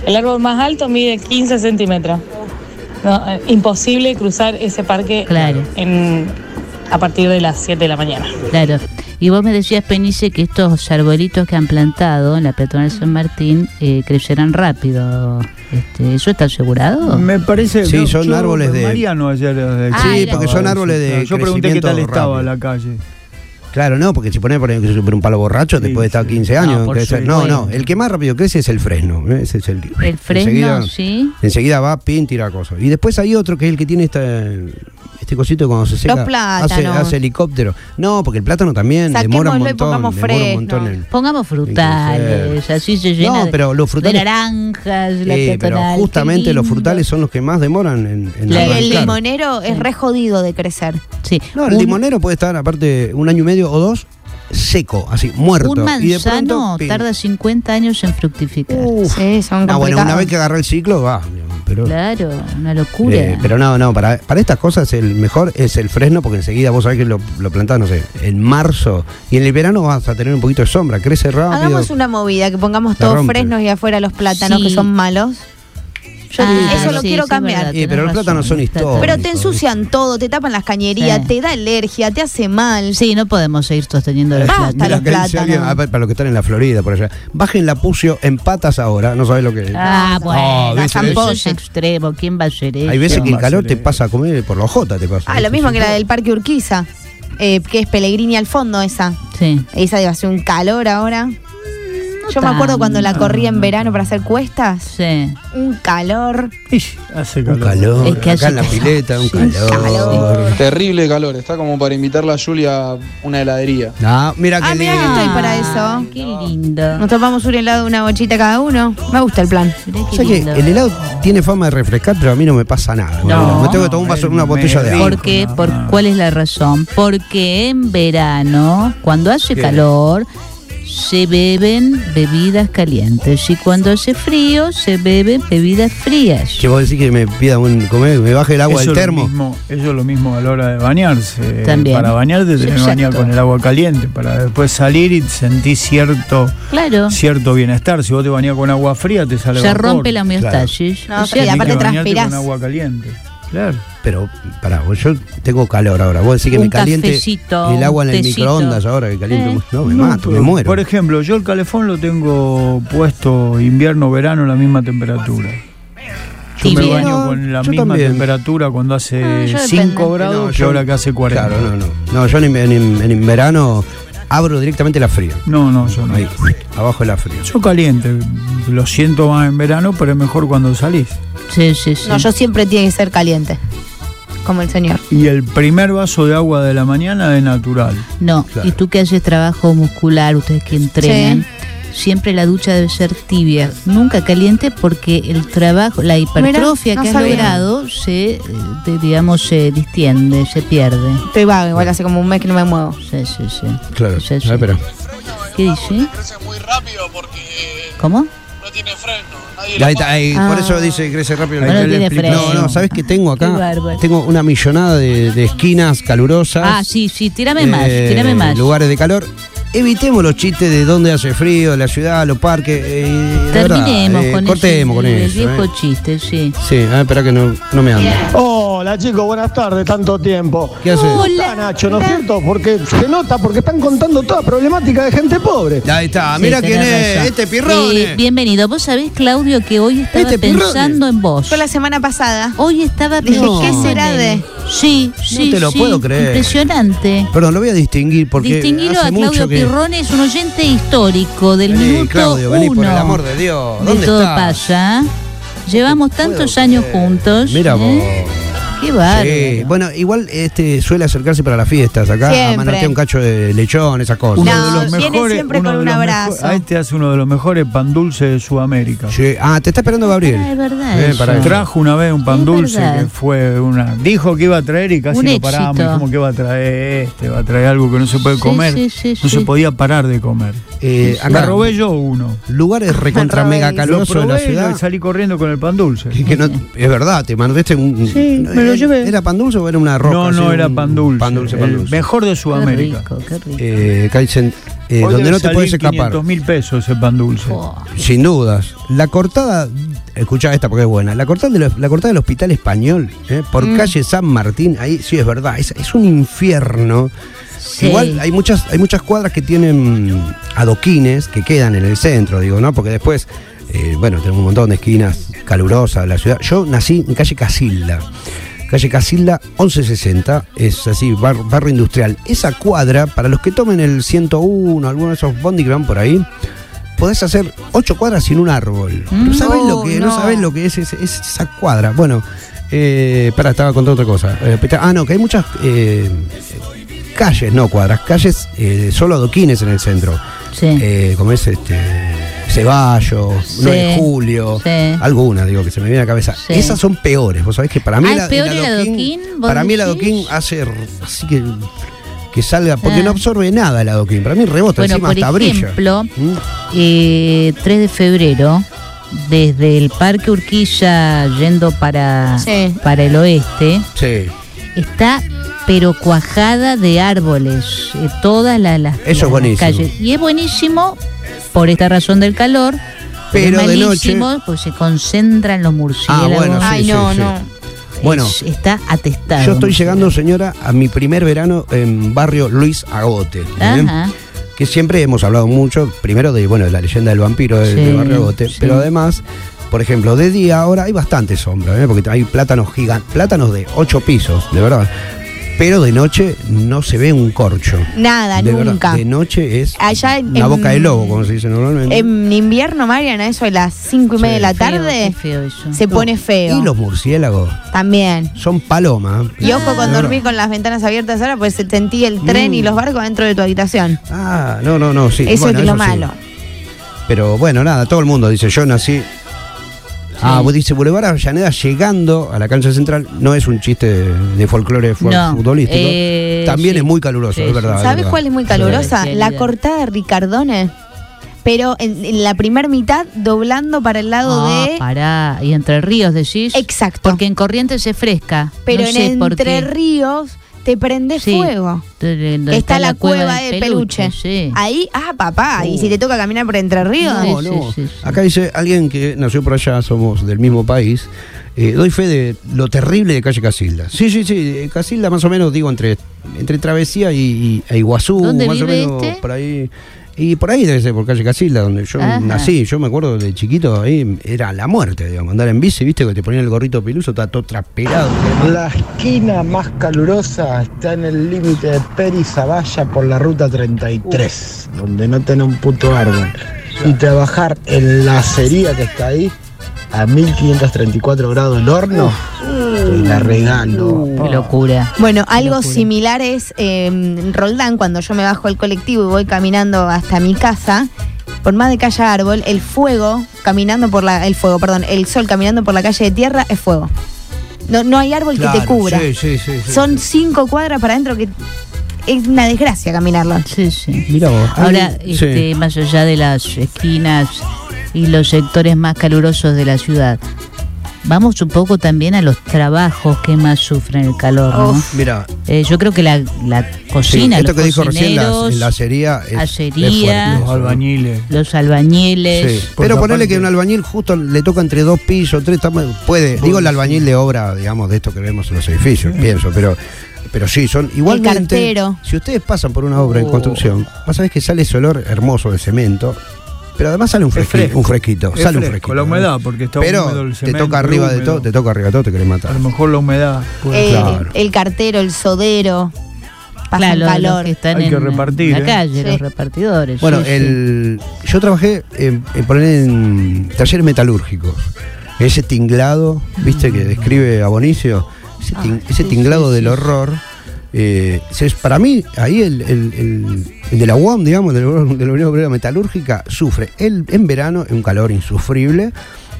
[SPEAKER 8] El árbol más alto mide 15 centímetros. No, eh, imposible cruzar ese parque
[SPEAKER 2] Claro.
[SPEAKER 8] en, a partir de las 7 de la mañana.
[SPEAKER 2] Claro. Y vos me decías, Penice, que estos arbolitos que han plantado en la peatonal San Martín eh, crecerán rápido. Este, ¿Eso está asegurado?
[SPEAKER 5] Me parece
[SPEAKER 3] Ah. Sí,
[SPEAKER 5] no,
[SPEAKER 3] son
[SPEAKER 5] yo-
[SPEAKER 3] árboles de-
[SPEAKER 5] Mariano ayer eh,
[SPEAKER 2] Ah,
[SPEAKER 5] comentaba
[SPEAKER 2] Sí, porque
[SPEAKER 3] son
[SPEAKER 5] eso,
[SPEAKER 3] árboles de
[SPEAKER 5] claro. Yo pregunté qué tal
[SPEAKER 3] crecimiento
[SPEAKER 5] estaba
[SPEAKER 3] rápido.
[SPEAKER 5] la calle.
[SPEAKER 3] Claro, no, porque si pones por ejemplo, sobre un palo borracho,
[SPEAKER 5] Sí,
[SPEAKER 3] te puede estar
[SPEAKER 5] sí.
[SPEAKER 3] 15
[SPEAKER 5] No,
[SPEAKER 3] años.
[SPEAKER 5] por
[SPEAKER 3] crecer.
[SPEAKER 5] supuesto.
[SPEAKER 3] no, no, el que más rápido crece es el fresno. ¿eh? Ese es el,
[SPEAKER 2] El fresno,
[SPEAKER 3] enseguida-
[SPEAKER 2] sí.
[SPEAKER 3] Enseguida va, pin, tira cosas. Y después hay otro que es el que tiene esta, este cosito cuando se seca. hace,
[SPEAKER 4] plátanos.
[SPEAKER 3] hace helicóptero. No, porque el plátano también demora un
[SPEAKER 4] Saquémoslo y
[SPEAKER 3] montón.
[SPEAKER 4] pongamos
[SPEAKER 3] Demora un
[SPEAKER 4] fresno.
[SPEAKER 3] montón. el-
[SPEAKER 2] Pongamos frutales,
[SPEAKER 3] Inclusive.
[SPEAKER 2] así se llena
[SPEAKER 3] No,
[SPEAKER 2] de-
[SPEAKER 3] pero los frutales-
[SPEAKER 2] de naranjas, la
[SPEAKER 3] Sí, pero
[SPEAKER 2] peatonal, qué
[SPEAKER 3] justamente los
[SPEAKER 2] lindo.
[SPEAKER 3] frutales son los que más demoran en, en
[SPEAKER 2] Y
[SPEAKER 4] Y el
[SPEAKER 2] Claro,
[SPEAKER 3] arrancar.
[SPEAKER 4] limonero es re jodido de crecer.
[SPEAKER 2] Sí.
[SPEAKER 3] No, el
[SPEAKER 2] Un-
[SPEAKER 3] limonero puede estar aparte un año y medio o dos seco, así, muerto.
[SPEAKER 2] Un
[SPEAKER 3] y de pronto,
[SPEAKER 2] manzano
[SPEAKER 3] pin.
[SPEAKER 2] tarda 50 años en fructificar.
[SPEAKER 3] Uf.
[SPEAKER 4] Sí, son
[SPEAKER 3] Ah, bueno, una
[SPEAKER 4] complicados.
[SPEAKER 3] vez que agarra el ciclo, va. digamos, Pero,
[SPEAKER 2] Claro, una locura.
[SPEAKER 3] eh, pero no, no, para, para estas cosas el mejor es el fresno, porque enseguida vos sabés que lo, lo plantás, no sé, en marzo. Y en el verano vas a tener un poquito de sombra, crece rápido.
[SPEAKER 4] Hagamos una movida, que pongamos
[SPEAKER 3] La
[SPEAKER 4] todos
[SPEAKER 3] rompe.
[SPEAKER 4] fresnos y afuera los plátanos
[SPEAKER 2] Sí.
[SPEAKER 4] que son malos.
[SPEAKER 2] Yo
[SPEAKER 4] Ah,
[SPEAKER 2] digo,
[SPEAKER 4] eso lo quiero
[SPEAKER 2] es
[SPEAKER 4] cambiar.
[SPEAKER 2] verdad,
[SPEAKER 3] Eh, pero
[SPEAKER 2] tenés
[SPEAKER 3] los plátanos son
[SPEAKER 2] razón, está todo.
[SPEAKER 3] históricos.
[SPEAKER 4] Pero te ensucian todo, te tapan las cañerías,
[SPEAKER 2] Sí.
[SPEAKER 4] te da alergia, te hace mal.
[SPEAKER 2] Sí, no podemos seguir sosteniendo los
[SPEAKER 4] Basta,
[SPEAKER 2] plátanos.
[SPEAKER 4] los
[SPEAKER 3] Mira, acá dice
[SPEAKER 4] plátanos.
[SPEAKER 3] alguien, ah, para para los que están en la Florida, por allá. Bajen la pucio en patas ahora, no sabés lo que es.
[SPEAKER 2] Ah,
[SPEAKER 3] Ah,
[SPEAKER 2] bueno,
[SPEAKER 3] ¿viste
[SPEAKER 2] eso
[SPEAKER 4] eso?
[SPEAKER 2] es extremo, ¿quién va a hacer eso?
[SPEAKER 3] Hay veces que el
[SPEAKER 5] Más
[SPEAKER 3] calor te
[SPEAKER 5] cerebro.
[SPEAKER 3] pasa a comer por la jota, te pasa.
[SPEAKER 4] Ah, lo mismo que la del Parque Urquiza, eh, que es Pellegrini al fondo esa.
[SPEAKER 2] Sí.
[SPEAKER 3] Mm,
[SPEAKER 4] Esa debe hacer un calor ahora.
[SPEAKER 2] No
[SPEAKER 4] Yo me acuerdo cuando la corrí en verano para hacer cuestas.
[SPEAKER 2] Sí.
[SPEAKER 4] Un calor.
[SPEAKER 5] Ish, hace
[SPEAKER 3] Un
[SPEAKER 5] calor.
[SPEAKER 3] calor,
[SPEAKER 2] Es que hace
[SPEAKER 3] acá en la
[SPEAKER 2] calor.
[SPEAKER 3] pileta, un
[SPEAKER 2] Sí,
[SPEAKER 3] calor.
[SPEAKER 2] calor.
[SPEAKER 9] Terrible calor, está como para invitarla a Julia a una heladería.
[SPEAKER 3] Ah, mira
[SPEAKER 4] Ah,
[SPEAKER 3] qué
[SPEAKER 4] mirá que
[SPEAKER 3] lindo.
[SPEAKER 4] estoy para eso.
[SPEAKER 2] Qué lindo.
[SPEAKER 4] Nos tomamos un helado, una bochita cada uno. Me gusta el plan.
[SPEAKER 2] Mirá qué
[SPEAKER 3] O sea que
[SPEAKER 2] lindo.
[SPEAKER 3] el helado tiene fama de refrescar, pero a mí no me pasa nada.
[SPEAKER 2] No.
[SPEAKER 3] me tengo que tomar un vaso, una
[SPEAKER 5] Me-
[SPEAKER 3] botella de
[SPEAKER 5] me-
[SPEAKER 3] agua.
[SPEAKER 2] ¿Por qué?
[SPEAKER 5] no,
[SPEAKER 2] ¿Por
[SPEAKER 5] no.
[SPEAKER 2] ¿Cuál es la razón? Porque en verano, cuando hace
[SPEAKER 5] ¿Qué?
[SPEAKER 2] calor, se beben bebidas calientes y cuando hace frío, se beben bebidas frías.
[SPEAKER 3] Que vos decís que me pida un comer, me baje el agua del
[SPEAKER 5] eso es lo
[SPEAKER 3] termo.
[SPEAKER 5] mismo, eso es lo mismo a la hora de bañarse.
[SPEAKER 2] También.
[SPEAKER 5] Para bañarte tenés que bañar
[SPEAKER 2] Exacto.
[SPEAKER 5] con el agua caliente, para después salir y sentir cierto,
[SPEAKER 2] Claro,
[SPEAKER 5] cierto bienestar. Si vos te bañás con agua fría, te sale
[SPEAKER 2] se
[SPEAKER 5] vapor.
[SPEAKER 2] rompe la homeostasis.
[SPEAKER 4] Claro. No,
[SPEAKER 2] O sea,
[SPEAKER 4] Y
[SPEAKER 5] Tenés
[SPEAKER 4] aparte
[SPEAKER 5] que bañarte
[SPEAKER 4] transpirás.
[SPEAKER 5] con agua caliente. Claro.
[SPEAKER 3] Pero, pará, vos, yo tengo calor ahora. Vos decís que
[SPEAKER 2] Un
[SPEAKER 3] me caliente
[SPEAKER 2] cafecito,
[SPEAKER 3] el agua en el
[SPEAKER 2] un tecito.
[SPEAKER 3] microondas ahora, que caliente.
[SPEAKER 2] Eh.
[SPEAKER 3] No, me
[SPEAKER 5] No,
[SPEAKER 3] mato, me
[SPEAKER 5] pero,
[SPEAKER 3] muero.
[SPEAKER 5] Por ejemplo, yo el calefón lo tengo puesto invierno, verano, la misma temperatura. Yo
[SPEAKER 2] Sí,
[SPEAKER 5] me
[SPEAKER 2] sí.
[SPEAKER 5] baño
[SPEAKER 3] No,
[SPEAKER 5] con la
[SPEAKER 3] yo
[SPEAKER 5] misma
[SPEAKER 3] también.
[SPEAKER 5] temperatura cuando
[SPEAKER 2] Ah,
[SPEAKER 5] hace
[SPEAKER 2] yo
[SPEAKER 5] 5
[SPEAKER 2] depende.
[SPEAKER 5] grados
[SPEAKER 3] No,
[SPEAKER 5] que
[SPEAKER 3] yo-
[SPEAKER 5] ahora que hace 40.
[SPEAKER 3] Claro, no, no. No, yo en, en- en- en verano abro directamente la fría.
[SPEAKER 5] no, no, yo no.
[SPEAKER 3] Ahí, abajo de la fría.
[SPEAKER 5] Yo caliente, lo siento más en verano, pero es mejor cuando salís.
[SPEAKER 2] Sí, sí, sí.
[SPEAKER 4] No, yo siempre tiene que ser caliente. Como el señor.
[SPEAKER 5] Y el primer vaso de agua de la mañana es natural.
[SPEAKER 2] No,
[SPEAKER 3] Claro.
[SPEAKER 2] y tú que haces trabajo muscular, ustedes que entrenan, siempre la ducha debe ser tibia, nunca caliente, porque el trabajo, la hipertrofia
[SPEAKER 4] no
[SPEAKER 2] que has
[SPEAKER 4] sabía.
[SPEAKER 2] logrado se, eh, de- digamos, se distiende, se pierde.
[SPEAKER 4] Estoy vago, igual hace como un mes que no me muevo.
[SPEAKER 2] Sí, sí, sí.
[SPEAKER 3] Claro.
[SPEAKER 2] Sí, sí.
[SPEAKER 3] Ah, pero-
[SPEAKER 2] ¿Qué dice?
[SPEAKER 9] muy rápido porque eh,
[SPEAKER 2] ¿Cómo?
[SPEAKER 9] no tiene freno.
[SPEAKER 3] Ahí está, ahí,
[SPEAKER 4] Ah.
[SPEAKER 3] Por eso dice que crece rápido.
[SPEAKER 2] Bueno,
[SPEAKER 3] Ahí está el
[SPEAKER 2] tiene
[SPEAKER 3] explico.
[SPEAKER 2] freno.
[SPEAKER 3] no, no, ¿sabes qué tengo
[SPEAKER 2] Qué
[SPEAKER 3] acá?
[SPEAKER 2] bárbaro.
[SPEAKER 3] tengo una millonada de, de esquinas calurosas.
[SPEAKER 2] Ah, sí, sí, tírame
[SPEAKER 3] eh,
[SPEAKER 2] más, tírame más.
[SPEAKER 3] Lugares de calor. Evitemos los chistes de dónde hace frío, la ciudad, los parques. eh, de verdad,
[SPEAKER 2] Terminemos
[SPEAKER 3] eh,
[SPEAKER 2] con,
[SPEAKER 3] cortemos
[SPEAKER 2] ese,
[SPEAKER 3] con
[SPEAKER 2] el, el
[SPEAKER 3] eso.
[SPEAKER 2] viejo
[SPEAKER 3] eh.
[SPEAKER 2] chiste, sí.
[SPEAKER 3] Sí, a ver, espera que no, no me anda.
[SPEAKER 10] Hola chicos, buenas tardes, tanto tiempo.
[SPEAKER 3] ¿Qué hace?
[SPEAKER 10] Está Nacho, ¿no es cierto? Porque se nota, porque están contando toda problemática de gente pobre.
[SPEAKER 3] Ahí está,
[SPEAKER 2] Sí,
[SPEAKER 3] Ah, mira
[SPEAKER 2] tenés
[SPEAKER 3] quién es,
[SPEAKER 2] razón.
[SPEAKER 3] este pirrón.
[SPEAKER 2] Eh, bienvenido. Vos sabés, Claudio, que hoy estaba
[SPEAKER 3] Este pirrone.
[SPEAKER 2] pensando en vos.
[SPEAKER 4] Fue la semana pasada.
[SPEAKER 2] Hoy estaba
[SPEAKER 4] Dije,
[SPEAKER 2] pensando
[SPEAKER 4] ¿qué
[SPEAKER 2] en
[SPEAKER 4] será
[SPEAKER 2] él.
[SPEAKER 4] de-
[SPEAKER 2] Sí, sí,
[SPEAKER 3] te lo
[SPEAKER 2] sí,
[SPEAKER 3] puedo creer.
[SPEAKER 2] Impresionante.
[SPEAKER 3] Perdón, lo voy a distinguir porque
[SPEAKER 2] Distinguirlo
[SPEAKER 3] hace
[SPEAKER 2] a
[SPEAKER 3] mucho
[SPEAKER 2] Claudio
[SPEAKER 3] que...
[SPEAKER 2] Pirrone es un oyente histórico del
[SPEAKER 3] Vení,
[SPEAKER 2] minuto
[SPEAKER 3] Claudio, vení,
[SPEAKER 2] uno.
[SPEAKER 3] por el amor de Dios.
[SPEAKER 2] De
[SPEAKER 3] ¿Dónde
[SPEAKER 2] todo
[SPEAKER 3] estás?
[SPEAKER 2] pasa. ¿eh? Llevamos tantos años juntos.
[SPEAKER 3] Mira vos.
[SPEAKER 2] ¿eh? Qué
[SPEAKER 5] Ah,
[SPEAKER 2] bárbaro.
[SPEAKER 3] Sí. Bueno, igual este suele acercarse para las fiestas acá a
[SPEAKER 4] Siempre.
[SPEAKER 3] manotear un cacho de lechón, esas cosas.
[SPEAKER 4] No, viene siempre
[SPEAKER 5] uno
[SPEAKER 4] con
[SPEAKER 5] de
[SPEAKER 4] un
[SPEAKER 5] los
[SPEAKER 4] abrazo.
[SPEAKER 5] mejo- a este hace uno de los mejores pan dulce de Sudamérica.
[SPEAKER 3] Sí. Ah, te está esperando Gabriel.
[SPEAKER 2] Ah, es verdad
[SPEAKER 3] Ven
[SPEAKER 2] eso.
[SPEAKER 3] para acá.
[SPEAKER 5] Trajo una vez un pan
[SPEAKER 2] Es
[SPEAKER 5] dulce
[SPEAKER 2] verdad.
[SPEAKER 5] que fue una. Dijo que iba a traer y casi
[SPEAKER 2] Un
[SPEAKER 5] lo
[SPEAKER 2] éxito.
[SPEAKER 5] paramos. Dijimos que va a traer este, va a traer algo que no se puede
[SPEAKER 2] Sí,
[SPEAKER 5] comer.
[SPEAKER 2] sí, sí,
[SPEAKER 5] no
[SPEAKER 2] sí.
[SPEAKER 5] se podía parar de comer.
[SPEAKER 3] Eh,
[SPEAKER 5] Me
[SPEAKER 3] acá,
[SPEAKER 5] robé yo uno.
[SPEAKER 3] lugares recontra mega
[SPEAKER 5] Lo
[SPEAKER 3] calurosos de la
[SPEAKER 5] probé y
[SPEAKER 3] ciudad.
[SPEAKER 5] lo- salí corriendo con el pan dulce.
[SPEAKER 3] que- que no- es verdad, te mandaste un.
[SPEAKER 5] Sí,
[SPEAKER 3] no,
[SPEAKER 5] me lo
[SPEAKER 3] eh,
[SPEAKER 5] llevé.
[SPEAKER 3] ¿Era pan dulce o era una roca?
[SPEAKER 5] No,
[SPEAKER 3] así,
[SPEAKER 5] no
[SPEAKER 3] un-
[SPEAKER 5] era pan dulce.
[SPEAKER 3] Pan dulce, pan
[SPEAKER 5] el
[SPEAKER 3] dulce.
[SPEAKER 5] Mejor de
[SPEAKER 2] Qué
[SPEAKER 5] Sudamérica.
[SPEAKER 2] rico, qué rico.
[SPEAKER 3] Eh, acá dicen, eh, donde no te puedes escapar.
[SPEAKER 5] mil pesos ese pan dulce.
[SPEAKER 2] Oh,
[SPEAKER 3] Sin dudas. La cortada, escuchá esta porque es buena. La cortada, de los- la cortada del Hospital Español, ¿eh? por calle San Martín, ahí sí es verdad, es, es un infierno.
[SPEAKER 2] sí.
[SPEAKER 3] Igual hay muchas, hay muchas cuadras que tienen adoquines que quedan en el centro, digo, ¿no? Porque después, eh, bueno, tenemos un montón de esquinas calurosas de la ciudad. Yo nací en calle Casilda. Calle Casilda 1160, es así, bar- barrio industrial. Esa cuadra, para los que tomen el 101, alguno de esos bondi que van por ahí, podés hacer ocho cuadras sin un árbol. No sabés lo que, Mm. no,
[SPEAKER 4] no.
[SPEAKER 3] sabés lo que es, ese- es esa cuadra. Bueno, eh, pará, estaba contando otra cosa. Eh, peta- ah, no, que hay muchas eh, calles, no cuadras, calles, eh, solo adoquines en el centro.
[SPEAKER 2] Sí.
[SPEAKER 3] Eh, como es este. Ceballos,
[SPEAKER 2] Sí.
[SPEAKER 3] 9 de julio,
[SPEAKER 2] Sí.
[SPEAKER 3] alguna, digo, que se me viene a la cabeza.
[SPEAKER 2] Sí.
[SPEAKER 3] Esas son peores, vos sabés que para mí
[SPEAKER 2] Ah,
[SPEAKER 3] la-
[SPEAKER 2] ¿es peor el adoquín, vos
[SPEAKER 3] para mí el
[SPEAKER 2] decís?
[SPEAKER 3] adoquín hace r- así que que salga, porque
[SPEAKER 2] Ah.
[SPEAKER 3] no absorbe nada el adoquín, para mí rebota
[SPEAKER 2] Bueno,
[SPEAKER 3] encima
[SPEAKER 2] por
[SPEAKER 3] hasta brilla.
[SPEAKER 2] ejemplo,
[SPEAKER 3] Mm.
[SPEAKER 2] eh, 3 de febrero, desde el Parque Urquiza yendo para,
[SPEAKER 4] Sí.
[SPEAKER 2] para el oeste,
[SPEAKER 3] Sí.
[SPEAKER 2] está pero cuajada de árboles, eh, todas la- las,
[SPEAKER 3] es
[SPEAKER 2] las
[SPEAKER 3] buenísimo.
[SPEAKER 2] calles. Y es buenísimo por esta razón del calor,
[SPEAKER 3] Pero
[SPEAKER 2] es
[SPEAKER 3] de
[SPEAKER 2] malísimo, pues se concentran los
[SPEAKER 3] Ah,
[SPEAKER 2] murciélagos.
[SPEAKER 3] bueno, sí,
[SPEAKER 4] Ay,
[SPEAKER 3] sí,
[SPEAKER 4] no,
[SPEAKER 3] sí.
[SPEAKER 4] no.
[SPEAKER 3] Bueno,
[SPEAKER 2] Es- está atestado.
[SPEAKER 3] yo estoy llegando, señora, a mi primer verano en barrio Luis Agote. ¿eh?
[SPEAKER 2] Ajá.
[SPEAKER 3] Que siempre hemos hablado mucho, primero de, bueno, de la leyenda del vampiro del
[SPEAKER 2] Sí,
[SPEAKER 3] del barrio Agote,
[SPEAKER 2] sí.
[SPEAKER 3] pero además, por ejemplo, de día ahora hay bastante sombra, ¿eh? porque hay plátanos gigantes, plátanos de ocho pisos, de verdad. Pero de noche no se ve un corcho.
[SPEAKER 4] Nada,
[SPEAKER 3] de verdad,
[SPEAKER 4] nunca. em,
[SPEAKER 3] de noche es
[SPEAKER 4] Allá en,
[SPEAKER 3] una
[SPEAKER 4] en-
[SPEAKER 3] boca de lobo, como se dice normalmente.
[SPEAKER 4] En invierno, Marian, a eso de las cinco y media de la tarde, se pone feo.
[SPEAKER 3] y los murciélagos
[SPEAKER 4] También.
[SPEAKER 3] son palomas.
[SPEAKER 4] Y ojo con
[SPEAKER 3] De verdad.
[SPEAKER 4] dormir con las ventanas abiertas ahora, pues se sentí el tren y los barcos dentro de tu habitación.
[SPEAKER 3] Ah, no, no, no, Mm. sí.
[SPEAKER 4] eso
[SPEAKER 3] bueno,
[SPEAKER 4] es lo
[SPEAKER 3] sí.
[SPEAKER 4] malo.
[SPEAKER 3] Pero bueno, nada, todo el mundo dice, yo nací. Ah, vos dice Boulevard Avellaneda llegando a la cancha central. No es un chiste de, de folclore fu-
[SPEAKER 2] No,
[SPEAKER 3] futbolístico.
[SPEAKER 2] eh,
[SPEAKER 3] También
[SPEAKER 2] sí.
[SPEAKER 3] es muy caluroso,
[SPEAKER 2] Sí,
[SPEAKER 3] es
[SPEAKER 2] sí.
[SPEAKER 3] verdad. es
[SPEAKER 4] ¿Sabes
[SPEAKER 3] verdad.
[SPEAKER 4] cuál es muy
[SPEAKER 3] Sí.
[SPEAKER 4] calurosa?
[SPEAKER 2] Sí.
[SPEAKER 4] La cortada de Ricardone. Pero en, en la primera mitad, doblando para el lado
[SPEAKER 2] Ah,
[SPEAKER 4] de.
[SPEAKER 2] pará. Y Entre Ríos decís.
[SPEAKER 4] Exacto.
[SPEAKER 2] Porque en Corrientes es fresca.
[SPEAKER 4] pero
[SPEAKER 2] No
[SPEAKER 4] en
[SPEAKER 2] sé por
[SPEAKER 4] Entre
[SPEAKER 2] qué.
[SPEAKER 4] Ríos te prende
[SPEAKER 2] Sí.
[SPEAKER 4] fuego.
[SPEAKER 2] Donde- donde
[SPEAKER 4] Está, la cueva, del peluche.
[SPEAKER 2] sí.
[SPEAKER 4] Ahí, ah, papá.
[SPEAKER 3] Uh.
[SPEAKER 4] Y si te toca caminar por Entre Ríos.
[SPEAKER 3] No,
[SPEAKER 2] Sí,
[SPEAKER 3] no.
[SPEAKER 2] sí, sí, sí.
[SPEAKER 3] Acá dice alguien que nació por allá, somos del mismo país. eh, doy fe de lo terrible de calle Casilda. Sí, sí, sí. eh, Casilda, más o menos, digo, entre, entre Travesía y, y- e Iguazú,
[SPEAKER 2] ¿Dónde
[SPEAKER 3] más
[SPEAKER 2] vive
[SPEAKER 3] o menos
[SPEAKER 2] este?
[SPEAKER 3] por ahí. Y por ahí debe ser por calle Casilda, donde yo
[SPEAKER 2] Ajá.
[SPEAKER 3] nací. Yo me acuerdo de chiquito, ahí era la muerte, digamos. Andar en bici, viste, que te ponían el gorrito piluso, está todo trapelado.
[SPEAKER 11] La esquina más calurosa está en el límite de Peris a Valla por la ruta 33, donde no tiene un puto árbol. Y trabajar en la acería que está ahí, a 1534 grados el horno, te la regalo.
[SPEAKER 2] Qué locura.
[SPEAKER 4] Bueno, algo
[SPEAKER 2] locura.
[SPEAKER 4] similar es eh, en Roldán, cuando yo me bajo del colectivo y voy caminando hasta mi casa, por más de calle árbol, el fuego caminando por la, el fuego, perdón, el sol caminando por la calle de tierra es fuego. No, no hay árbol que te
[SPEAKER 3] Claro,
[SPEAKER 4] cubra.
[SPEAKER 3] sí, sí, sí, sí.
[SPEAKER 4] Son cinco cuadras para adentro que es una desgracia caminarlo.
[SPEAKER 2] Sí, sí.
[SPEAKER 3] Mirá vos.
[SPEAKER 2] Ahora,
[SPEAKER 3] alguien- sí.
[SPEAKER 2] este, más allá de las esquinas y los sectores más calurosos de la ciudad, vamos un poco también a los trabajos que más sufren el calor, ¿no?
[SPEAKER 4] Uf.
[SPEAKER 3] Mira,
[SPEAKER 2] Eh, yo creo que la, la
[SPEAKER 3] sí,
[SPEAKER 2] cocina,
[SPEAKER 3] esto
[SPEAKER 2] los
[SPEAKER 3] que dijo recién, la,
[SPEAKER 2] cocineros,
[SPEAKER 3] la acería. es- es
[SPEAKER 2] acería.
[SPEAKER 5] Los
[SPEAKER 3] fuerte.
[SPEAKER 5] albañiles.
[SPEAKER 2] los albañiles,
[SPEAKER 3] Sí,
[SPEAKER 5] Por
[SPEAKER 3] pero
[SPEAKER 5] la
[SPEAKER 3] ponerle
[SPEAKER 5] parte-
[SPEAKER 3] que un albañil justo le toca entre dos pisos, tres, tama- puede. Digo el albañil de obra, digamos, de esto que vemos en los edificios, pienso, pero pero sí, son igualmente.
[SPEAKER 4] cartero.
[SPEAKER 3] Si ustedes pasan por una obra en
[SPEAKER 2] Oh.
[SPEAKER 3] construcción, vas a ver que sale ese olor hermoso de cemento, pero además sale un,
[SPEAKER 5] Es
[SPEAKER 3] fresqui-
[SPEAKER 5] fresco.
[SPEAKER 3] un fresquito,
[SPEAKER 5] Es
[SPEAKER 3] sale un
[SPEAKER 5] fresco,
[SPEAKER 3] fresquito.
[SPEAKER 5] la
[SPEAKER 3] ¿no?
[SPEAKER 5] humedad, porque está húmedo
[SPEAKER 3] Pero
[SPEAKER 5] el
[SPEAKER 3] te
[SPEAKER 5] cemento,
[SPEAKER 3] toca arriba de
[SPEAKER 5] húmedo.
[SPEAKER 3] todo, te toca arriba de todo, te querés
[SPEAKER 5] A
[SPEAKER 3] matar.
[SPEAKER 5] lo mejor la humedad. puede-
[SPEAKER 4] Eh,
[SPEAKER 3] Claro.
[SPEAKER 4] El cartero, el sodero, pasan
[SPEAKER 2] claro, los
[SPEAKER 4] calor.
[SPEAKER 2] que están
[SPEAKER 5] Hay que
[SPEAKER 2] en
[SPEAKER 5] repartir,
[SPEAKER 2] la
[SPEAKER 5] ¿eh?
[SPEAKER 2] calle,
[SPEAKER 4] Sí.
[SPEAKER 2] los repartidores.
[SPEAKER 3] Bueno,
[SPEAKER 2] sí, sí.
[SPEAKER 3] el, yo trabajé en, en poner en talleres metalúrgicos. Ese tinglado, viste,
[SPEAKER 2] Mm.
[SPEAKER 3] que describe a Bonicio, ese,
[SPEAKER 2] Ah,
[SPEAKER 3] tin- ese tinglado del horror. eh, se- para mí, ahí el, el- el- el de la UAM, digamos, del la, de la Unión Obrera Metalúrgica, sufre. El, en verano es un calor insufrible,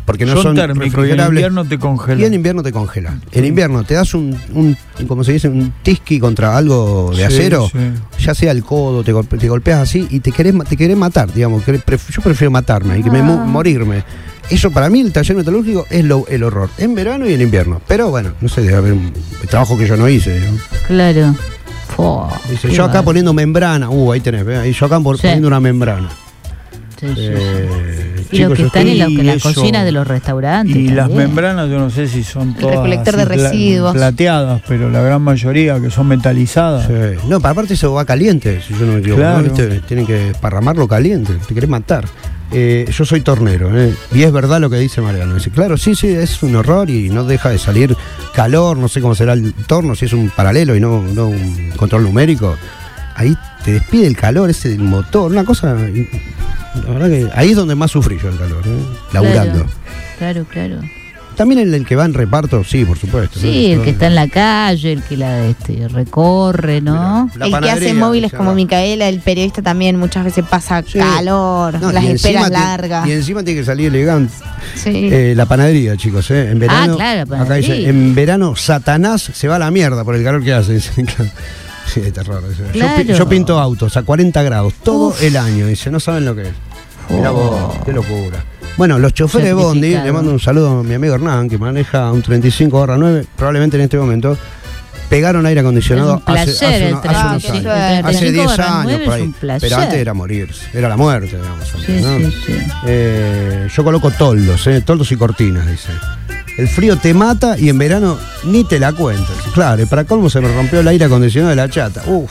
[SPEAKER 3] porque no
[SPEAKER 5] son,
[SPEAKER 3] son,
[SPEAKER 5] térmicos y en
[SPEAKER 3] refrigerables.
[SPEAKER 5] invierno te Mm. congelan.
[SPEAKER 3] Y en invierno te congela. En invierno te das un, un como se dice, un tisqui contra algo de
[SPEAKER 5] Sí,
[SPEAKER 3] acero,
[SPEAKER 5] sí.
[SPEAKER 3] ya sea el codo, te, golpe- te golpeas así y te querés, ma- te querés matar, digamos. que pref- Yo prefiero matarme y que me mu-
[SPEAKER 2] Ah.
[SPEAKER 3] morirme. Eso para mí, el taller metalúrgico, es lo, el horror. En verano y en invierno. Pero bueno, no sé, debe haber un trabajo que yo no hice. ¿no?
[SPEAKER 2] Claro. Fua,
[SPEAKER 3] Dice,
[SPEAKER 2] qué
[SPEAKER 3] yo acá
[SPEAKER 2] bárbaro.
[SPEAKER 3] poniendo membrana. Uh, ahí tenés, ¿eh? Ahí yo acá por-
[SPEAKER 2] Sí.
[SPEAKER 3] poniendo una membrana.
[SPEAKER 2] Sí, sí, sí.
[SPEAKER 3] Eh,
[SPEAKER 2] Y
[SPEAKER 3] chicos,
[SPEAKER 2] los que
[SPEAKER 3] yo
[SPEAKER 2] están en, la-
[SPEAKER 5] estoy-
[SPEAKER 2] en las
[SPEAKER 5] eso.
[SPEAKER 2] cocinas de los restaurantes.
[SPEAKER 5] Y las
[SPEAKER 2] también.
[SPEAKER 5] membranas, yo no sé si son todas
[SPEAKER 4] recolector de
[SPEAKER 5] así pla-
[SPEAKER 4] residuos.
[SPEAKER 5] plateadas, pero la gran mayoría que son
[SPEAKER 2] Ah.
[SPEAKER 5] metalizadas.
[SPEAKER 3] Sí. No, pero aparte eso va caliente, si yo no me equivoco. ¿no?
[SPEAKER 5] Claro.
[SPEAKER 3] ¿Viste? Tienen que esparramarlo caliente, te querés matar. Eh, yo soy tornero, ¿eh? y es verdad lo que dice Mariano. Dice, claro, sí, sí, es un horror y no deja de salir calor, no sé cómo será el torno, si es un paralelo y no, no un control numérico. Ahí te despide el calor, ese del motor, una cosa. La verdad que ahí es donde más sufrí yo el calor, ¿eh? laburando.
[SPEAKER 2] Claro, claro.
[SPEAKER 3] También el, el que va en reparto, sí, por supuesto.
[SPEAKER 2] Sí,
[SPEAKER 3] ¿no?
[SPEAKER 2] el que está en la calle, el que la este, recorre, ¿no?
[SPEAKER 3] La
[SPEAKER 4] el que hace
[SPEAKER 3] panadería,
[SPEAKER 4] móviles
[SPEAKER 3] ya
[SPEAKER 4] como
[SPEAKER 3] va.
[SPEAKER 4] Micaela, el periodista también muchas veces pasa
[SPEAKER 3] Sí.
[SPEAKER 4] calor,
[SPEAKER 3] No,
[SPEAKER 4] las
[SPEAKER 3] y encima
[SPEAKER 4] esperas
[SPEAKER 3] ti-
[SPEAKER 4] largas.
[SPEAKER 3] Y encima tiene que salir elegante.
[SPEAKER 4] Sí.
[SPEAKER 3] Eh, la panadería, chicos, ¿eh? En verano.
[SPEAKER 2] Ah, claro, la
[SPEAKER 3] acá
[SPEAKER 2] panadería.
[SPEAKER 3] dice, en verano Satanás se va a la mierda por el calor que hace. Dicen, claro. sí, de terror. dice. Yo
[SPEAKER 2] Claro.
[SPEAKER 3] pi- Yo, pinto autos a 40 grados todo el año. Dice, no saben lo que es. Mirá vos, qué locura. Bueno, los choferes de Bondi,
[SPEAKER 2] Sacrificado.
[SPEAKER 3] le mando un saludo a mi amigo Hernán, que maneja un 35 barra 9, probablemente en este momento. Pegaron aire acondicionado
[SPEAKER 2] Es un
[SPEAKER 3] hace,
[SPEAKER 2] placer
[SPEAKER 3] hace
[SPEAKER 2] el
[SPEAKER 3] uno- hace unos
[SPEAKER 4] 35
[SPEAKER 3] años.
[SPEAKER 4] barra
[SPEAKER 3] Hace 10
[SPEAKER 2] 9
[SPEAKER 3] años
[SPEAKER 2] es
[SPEAKER 3] por ahí.
[SPEAKER 2] un placer.
[SPEAKER 3] Pero antes era morirse, era la muerte, digamos. antes,
[SPEAKER 2] Sí,
[SPEAKER 3] ¿no?
[SPEAKER 2] sí, sí.
[SPEAKER 3] Eh, yo coloco toldos, eh, toldos y cortinas, dice. El frío te mata y en verano ni te la cuentas. Claro, y para colmo se me rompió el aire acondicionado de la chata. Uf.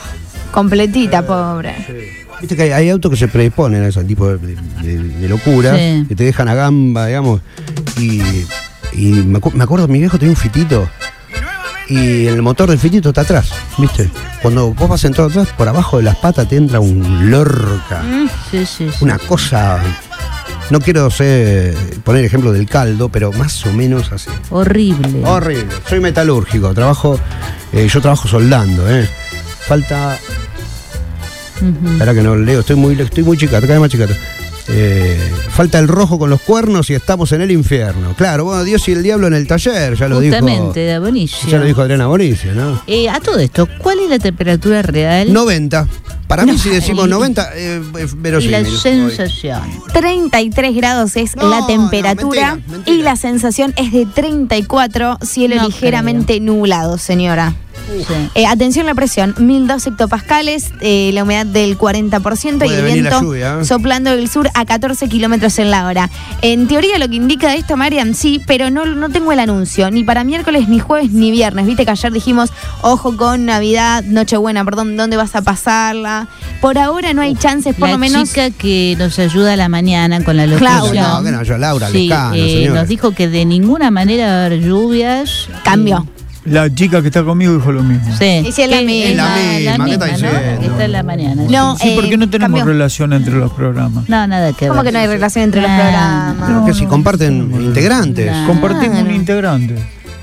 [SPEAKER 4] Completita,
[SPEAKER 3] Eh,
[SPEAKER 4] pobre.
[SPEAKER 3] Viste que hay, hay autos que se predisponen a ese tipo de, de- de locuras,
[SPEAKER 2] Sí.
[SPEAKER 3] que te dejan a gamba, digamos. Y, y me, acu- me acuerdo, mi viejo tenía un fitito y el motor del finito está atrás, ¿viste? Cuando vos vas sentado atrás, por abajo de las patas te entra un lorca.
[SPEAKER 2] Mm. Sí, sí, sí.
[SPEAKER 3] Una cosa. No quiero ser- poner ejemplo del caldo, pero más o menos así.
[SPEAKER 2] Horrible.
[SPEAKER 3] Horrible. Soy metalúrgico, trabajo. eh, yo trabajo soldando, ¿eh? Falta.
[SPEAKER 2] Ujú.
[SPEAKER 3] Espera que no leo, estoy muy, estoy muy chicato, cada vez más chicato. Eh, falta el rojo con los cuernos y estamos en el infierno. Claro, bueno, Dios y el diablo en el taller, ya lo
[SPEAKER 2] Justamente, de
[SPEAKER 3] dijo.
[SPEAKER 2] Abonicio.
[SPEAKER 3] Ya lo dijo Adriana Bonicio, ¿no?
[SPEAKER 2] Eh, a todo esto, ¿cuál es la temperatura real?
[SPEAKER 3] 90. Para mí,
[SPEAKER 2] No,
[SPEAKER 3] si decimos
[SPEAKER 2] ahí.
[SPEAKER 3] 90, eh, es
[SPEAKER 2] y la
[SPEAKER 3] verosímil.
[SPEAKER 2] sensación.
[SPEAKER 4] 33 grados es
[SPEAKER 3] No,
[SPEAKER 4] la temperatura
[SPEAKER 3] no, mentira, mentira.
[SPEAKER 4] y la sensación es de 34, cielo
[SPEAKER 2] No
[SPEAKER 4] ligeramente nublado, señora.
[SPEAKER 2] Sí.
[SPEAKER 4] Eh, atención la presión, 1002 hectopascales, eh, la humedad del 40% y
[SPEAKER 3] Puede
[SPEAKER 4] el
[SPEAKER 3] venir la
[SPEAKER 4] viento
[SPEAKER 3] lluvia, ¿eh?
[SPEAKER 4] soplando del sur a 14 kilómetros en la hora. En teoría lo que indica esto, Mariam, sí, pero no, no tengo el anuncio, ni para miércoles, ni jueves, ni viernes. Viste que ayer dijimos, ojo con Navidad, Nochebuena, perdón, ¿dónde vas a pasarla? Por ahora no hay chances, por
[SPEAKER 2] la
[SPEAKER 4] lo menos...
[SPEAKER 2] chica que nos ayuda a la mañana con la locución.
[SPEAKER 4] Claudia. No,
[SPEAKER 3] que no, yo, Laura
[SPEAKER 2] Sí,
[SPEAKER 3] Lescano,
[SPEAKER 2] eh,
[SPEAKER 3] señores.
[SPEAKER 2] nos dijo que de ninguna manera va a haber lluvias.
[SPEAKER 4] Cambio.
[SPEAKER 5] La chica que está conmigo dijo lo mismo.
[SPEAKER 2] Sí.
[SPEAKER 4] Y si es la misma.
[SPEAKER 2] Es
[SPEAKER 3] la misma, ¿qué está
[SPEAKER 2] ¿no?
[SPEAKER 3] diciendo?
[SPEAKER 2] Que está en la mañana.
[SPEAKER 4] No,
[SPEAKER 5] Mm. Sí,
[SPEAKER 4] eh,
[SPEAKER 5] porque no tenemos
[SPEAKER 4] cambió.
[SPEAKER 5] relación entre los programas.
[SPEAKER 2] No, nada que ver.
[SPEAKER 4] ¿Cómo que no hay relación entre los
[SPEAKER 2] Ah,
[SPEAKER 4] programas?
[SPEAKER 3] Pero que si comparten integrantes.
[SPEAKER 2] No.
[SPEAKER 5] Compartimos
[SPEAKER 4] Ah,
[SPEAKER 5] un
[SPEAKER 4] no.
[SPEAKER 5] integrante.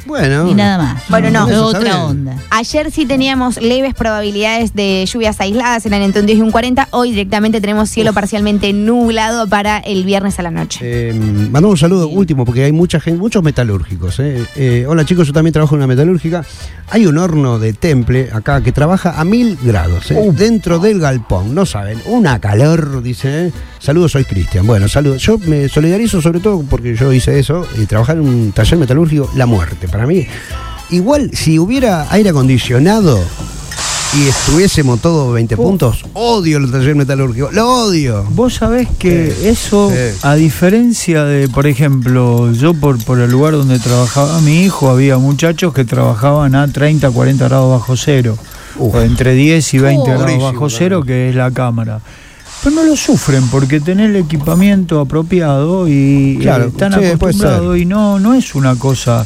[SPEAKER 3] Bueno.
[SPEAKER 2] Y nada más.
[SPEAKER 4] Bueno, no.
[SPEAKER 2] Es
[SPEAKER 3] Eso
[SPEAKER 2] otra
[SPEAKER 3] está bien.
[SPEAKER 2] onda.
[SPEAKER 4] Ayer sí teníamos leves probabilidades de lluvias aisladas, eran entre un 10 y un 40. Hoy directamente tenemos cielo parcialmente nublado para el viernes a la noche.
[SPEAKER 3] Eh, mandamos un saludo último porque hay mucha gente, muchos metalúrgicos. eh. Eh, hola chicos, yo también trabajo en una metalúrgica. Hay un horno de temple acá que trabaja a mil grados eh, dentro del galpón. No saben, una calor, dice. eh. Saludos, soy Cristian. Bueno, saludos. Yo me solidarizo sobre todo porque yo hice eso y trabajar en un taller metalúrgico, la muerte para mí. Igual, si hubiera aire acondicionado y estuviésemos todos 20 puntos, odio el taller metalúrgico. Lo odio.
[SPEAKER 5] Vos sabés que eso,
[SPEAKER 3] Eh, sí.
[SPEAKER 5] a diferencia de, por ejemplo, yo por, por el lugar donde trabajaba mi hijo, había muchachos que trabajaban a 30, 40 grados bajo cero.
[SPEAKER 3] Uf.
[SPEAKER 5] O entre 10 y 20 grados
[SPEAKER 3] Durísimo,
[SPEAKER 5] bajo
[SPEAKER 3] claro.
[SPEAKER 5] cero, que es la cámara. Pero no lo sufren porque tenés el equipamiento apropiado y
[SPEAKER 3] Claro,
[SPEAKER 5] eh, están
[SPEAKER 3] sí, puede
[SPEAKER 5] acostumbrados y no, no es una cosa.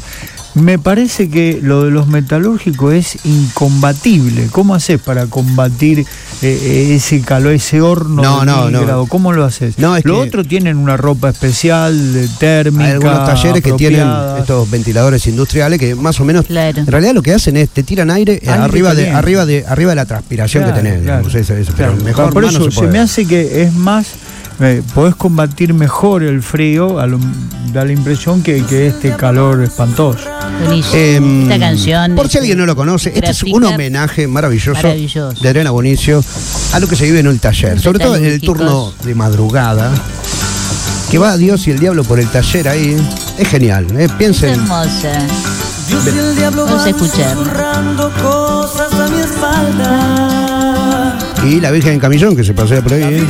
[SPEAKER 5] Me parece que lo de los metalúrgicos es incombatible. ¿Cómo haces para combatir eh, eh, ese calor, ese horno?
[SPEAKER 3] No,
[SPEAKER 5] de
[SPEAKER 3] no,
[SPEAKER 5] mil
[SPEAKER 3] no.
[SPEAKER 5] grados? ¿Cómo lo haces?
[SPEAKER 3] No, es
[SPEAKER 5] lo
[SPEAKER 3] que-
[SPEAKER 5] otro tienen una ropa especial, de térmica.
[SPEAKER 3] Hay algunos talleres que tienen
[SPEAKER 5] apropiada.
[SPEAKER 3] estos ventiladores industriales que más o menos
[SPEAKER 2] Claro.
[SPEAKER 3] en realidad lo que hacen es te tiran aire eh,
[SPEAKER 5] Aire
[SPEAKER 3] arriba de
[SPEAKER 5] caliente.
[SPEAKER 3] arriba de arriba de la transpiración
[SPEAKER 5] Claro,
[SPEAKER 3] que tenés.
[SPEAKER 5] claro.
[SPEAKER 3] digamos, eso, eso, pero
[SPEAKER 5] Claro.
[SPEAKER 3] mejor
[SPEAKER 5] Por
[SPEAKER 3] más
[SPEAKER 5] eso
[SPEAKER 3] no se
[SPEAKER 5] se,
[SPEAKER 3] puede.
[SPEAKER 5] me hace que es más, eh, podés combatir mejor el frío, a lo- da la impresión que, que este calor espantoso.
[SPEAKER 2] Buenísimo.
[SPEAKER 3] Em,
[SPEAKER 2] Esta canción.
[SPEAKER 3] Por si alguien no lo conoce, este es un
[SPEAKER 2] gráfica.
[SPEAKER 3] homenaje maravilloso,
[SPEAKER 2] Maravilloso.
[SPEAKER 3] de Adriana Bonicio a lo que se vive en el taller, sobre todo en el
[SPEAKER 2] Metalúrgicos.
[SPEAKER 3] turno de madrugada. Que va Dios y el diablo por el taller ahí. Es genial, eh,
[SPEAKER 2] Es
[SPEAKER 3] piensen.
[SPEAKER 2] hermosa. Vamos a escucharla.
[SPEAKER 3] Y la Virgen en Camillón que se pasea por ahí. eh.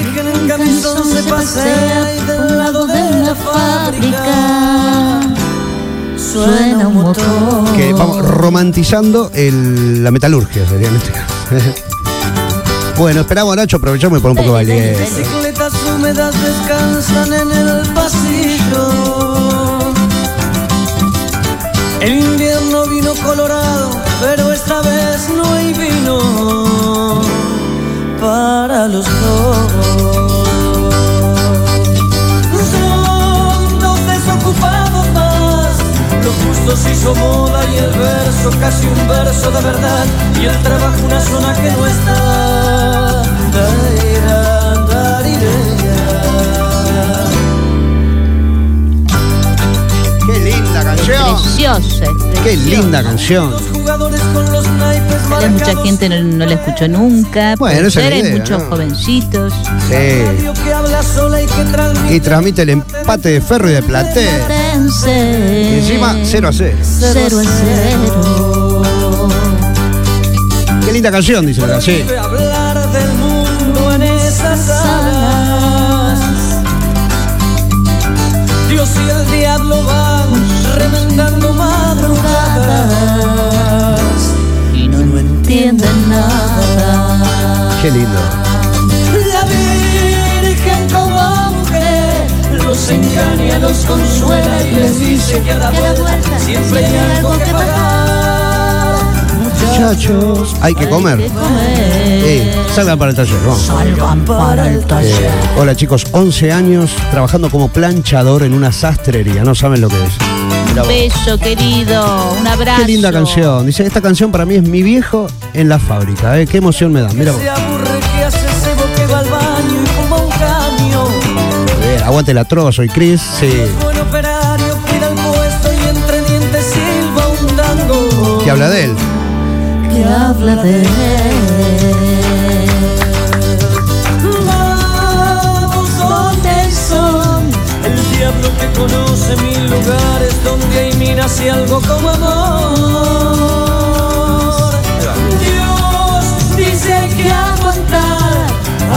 [SPEAKER 2] Suena un motor.
[SPEAKER 3] Que vamos romantizando el- la metalurgia, sería en este caso. Bueno, esperamos Nacho, aprovechamos y por un poco de
[SPEAKER 2] Dale, dale,
[SPEAKER 3] baile.
[SPEAKER 2] dale.
[SPEAKER 12] El invierno vino colorado, pero esta vez no hay vino para los dos. Son dos desocupados más, lo justo se hizo moda y el verso casi un verso de verdad y el trabajo una zona que no está. Daira, darireya.
[SPEAKER 3] Qué linda canción.
[SPEAKER 2] Preciosa.
[SPEAKER 3] Qué linda canción.
[SPEAKER 12] Los jugadores con los naipes
[SPEAKER 2] Tal vez mucha
[SPEAKER 12] marcados.
[SPEAKER 2] gente no, no la escuchó nunca.
[SPEAKER 3] Bueno,
[SPEAKER 2] pero
[SPEAKER 3] esa es la
[SPEAKER 2] hay
[SPEAKER 3] idea,
[SPEAKER 2] muchos
[SPEAKER 3] ¿no?
[SPEAKER 2] jovencitos.
[SPEAKER 3] Sí.
[SPEAKER 12] Radio que habla sola y que transmite
[SPEAKER 3] Y transmite el empate de Ferro y de Platé. Y encima 0 a 0.
[SPEAKER 2] Cero a cero.
[SPEAKER 3] Qué linda canción, dice la canción.
[SPEAKER 12] prohíbe hablar del mundo en esas salas. Dios y el diablo van remendando madrugadas.
[SPEAKER 2] Y no entienden nada.
[SPEAKER 3] Qué lindo.
[SPEAKER 12] La Virgen como mujer los engaña, los consuela y les dice que a la vuelta siempre hay algo que pagar.
[SPEAKER 3] muchachos. Hay que comer. Eh, salgan para el taller, vamos.
[SPEAKER 12] Salgan para el
[SPEAKER 3] Eh, hola chicos, 11 años trabajando como planchador en una sastrería, no saben lo que es. Mirá vos.
[SPEAKER 2] Beso, querido. Un abrazo.
[SPEAKER 3] Qué linda canción. Dice, esta canción para mí es mi viejo en la fábrica. eh, Qué emoción me da. Mira vos.
[SPEAKER 12] Se aburre que hace cebo que va al baño y como un camión.
[SPEAKER 3] Bien, aguante la trova, soy Chris. Sí.
[SPEAKER 12] Buen operario cuida el puesto y entre dientes silba un tango.
[SPEAKER 3] Que habla de él.
[SPEAKER 12] que habla de Vamos donde el sol, el diablo que conoce mil lugares donde hay minas y algo como amor. Dios dice que aguantar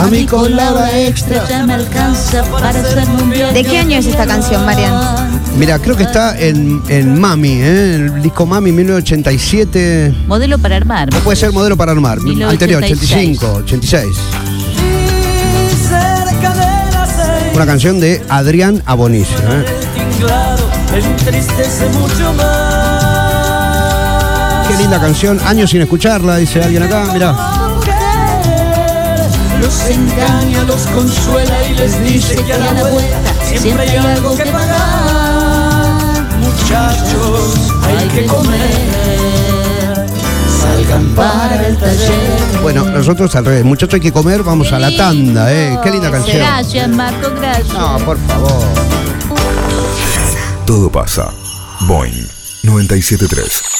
[SPEAKER 3] A mí con lava
[SPEAKER 12] extra ya me alcanza para hacerme un bien.
[SPEAKER 4] ¿De qué año es esta canción, Marian?
[SPEAKER 3] Mira, creo que está en, en Mami, eh, el disco Mami 1987.
[SPEAKER 2] Modelo para armar.
[SPEAKER 3] No puede ser modelo para armar.
[SPEAKER 2] 1986.
[SPEAKER 3] Anterior, 85, 86.
[SPEAKER 12] Y cerca de las seis,
[SPEAKER 3] Una canción de Adrián Abonicio. eh.
[SPEAKER 12] el tinglado entristece mucho más.
[SPEAKER 3] Qué linda canción. Años sin escucharla, dice alguien acá. Mirá.
[SPEAKER 12] Los engaña, los consuela y les dice que a la vuelta siempre hay algo que pagar. Muchachos, hay que comer. Salgan para el taller.
[SPEAKER 3] Bueno, nosotros al revés. Muchachos, hay que comer, vamos a la tanda, ¿eh? Qué linda canción.
[SPEAKER 2] Gracias, Marco, gracias.
[SPEAKER 3] No, por favor.
[SPEAKER 1] Todo pasa. Boeing 973.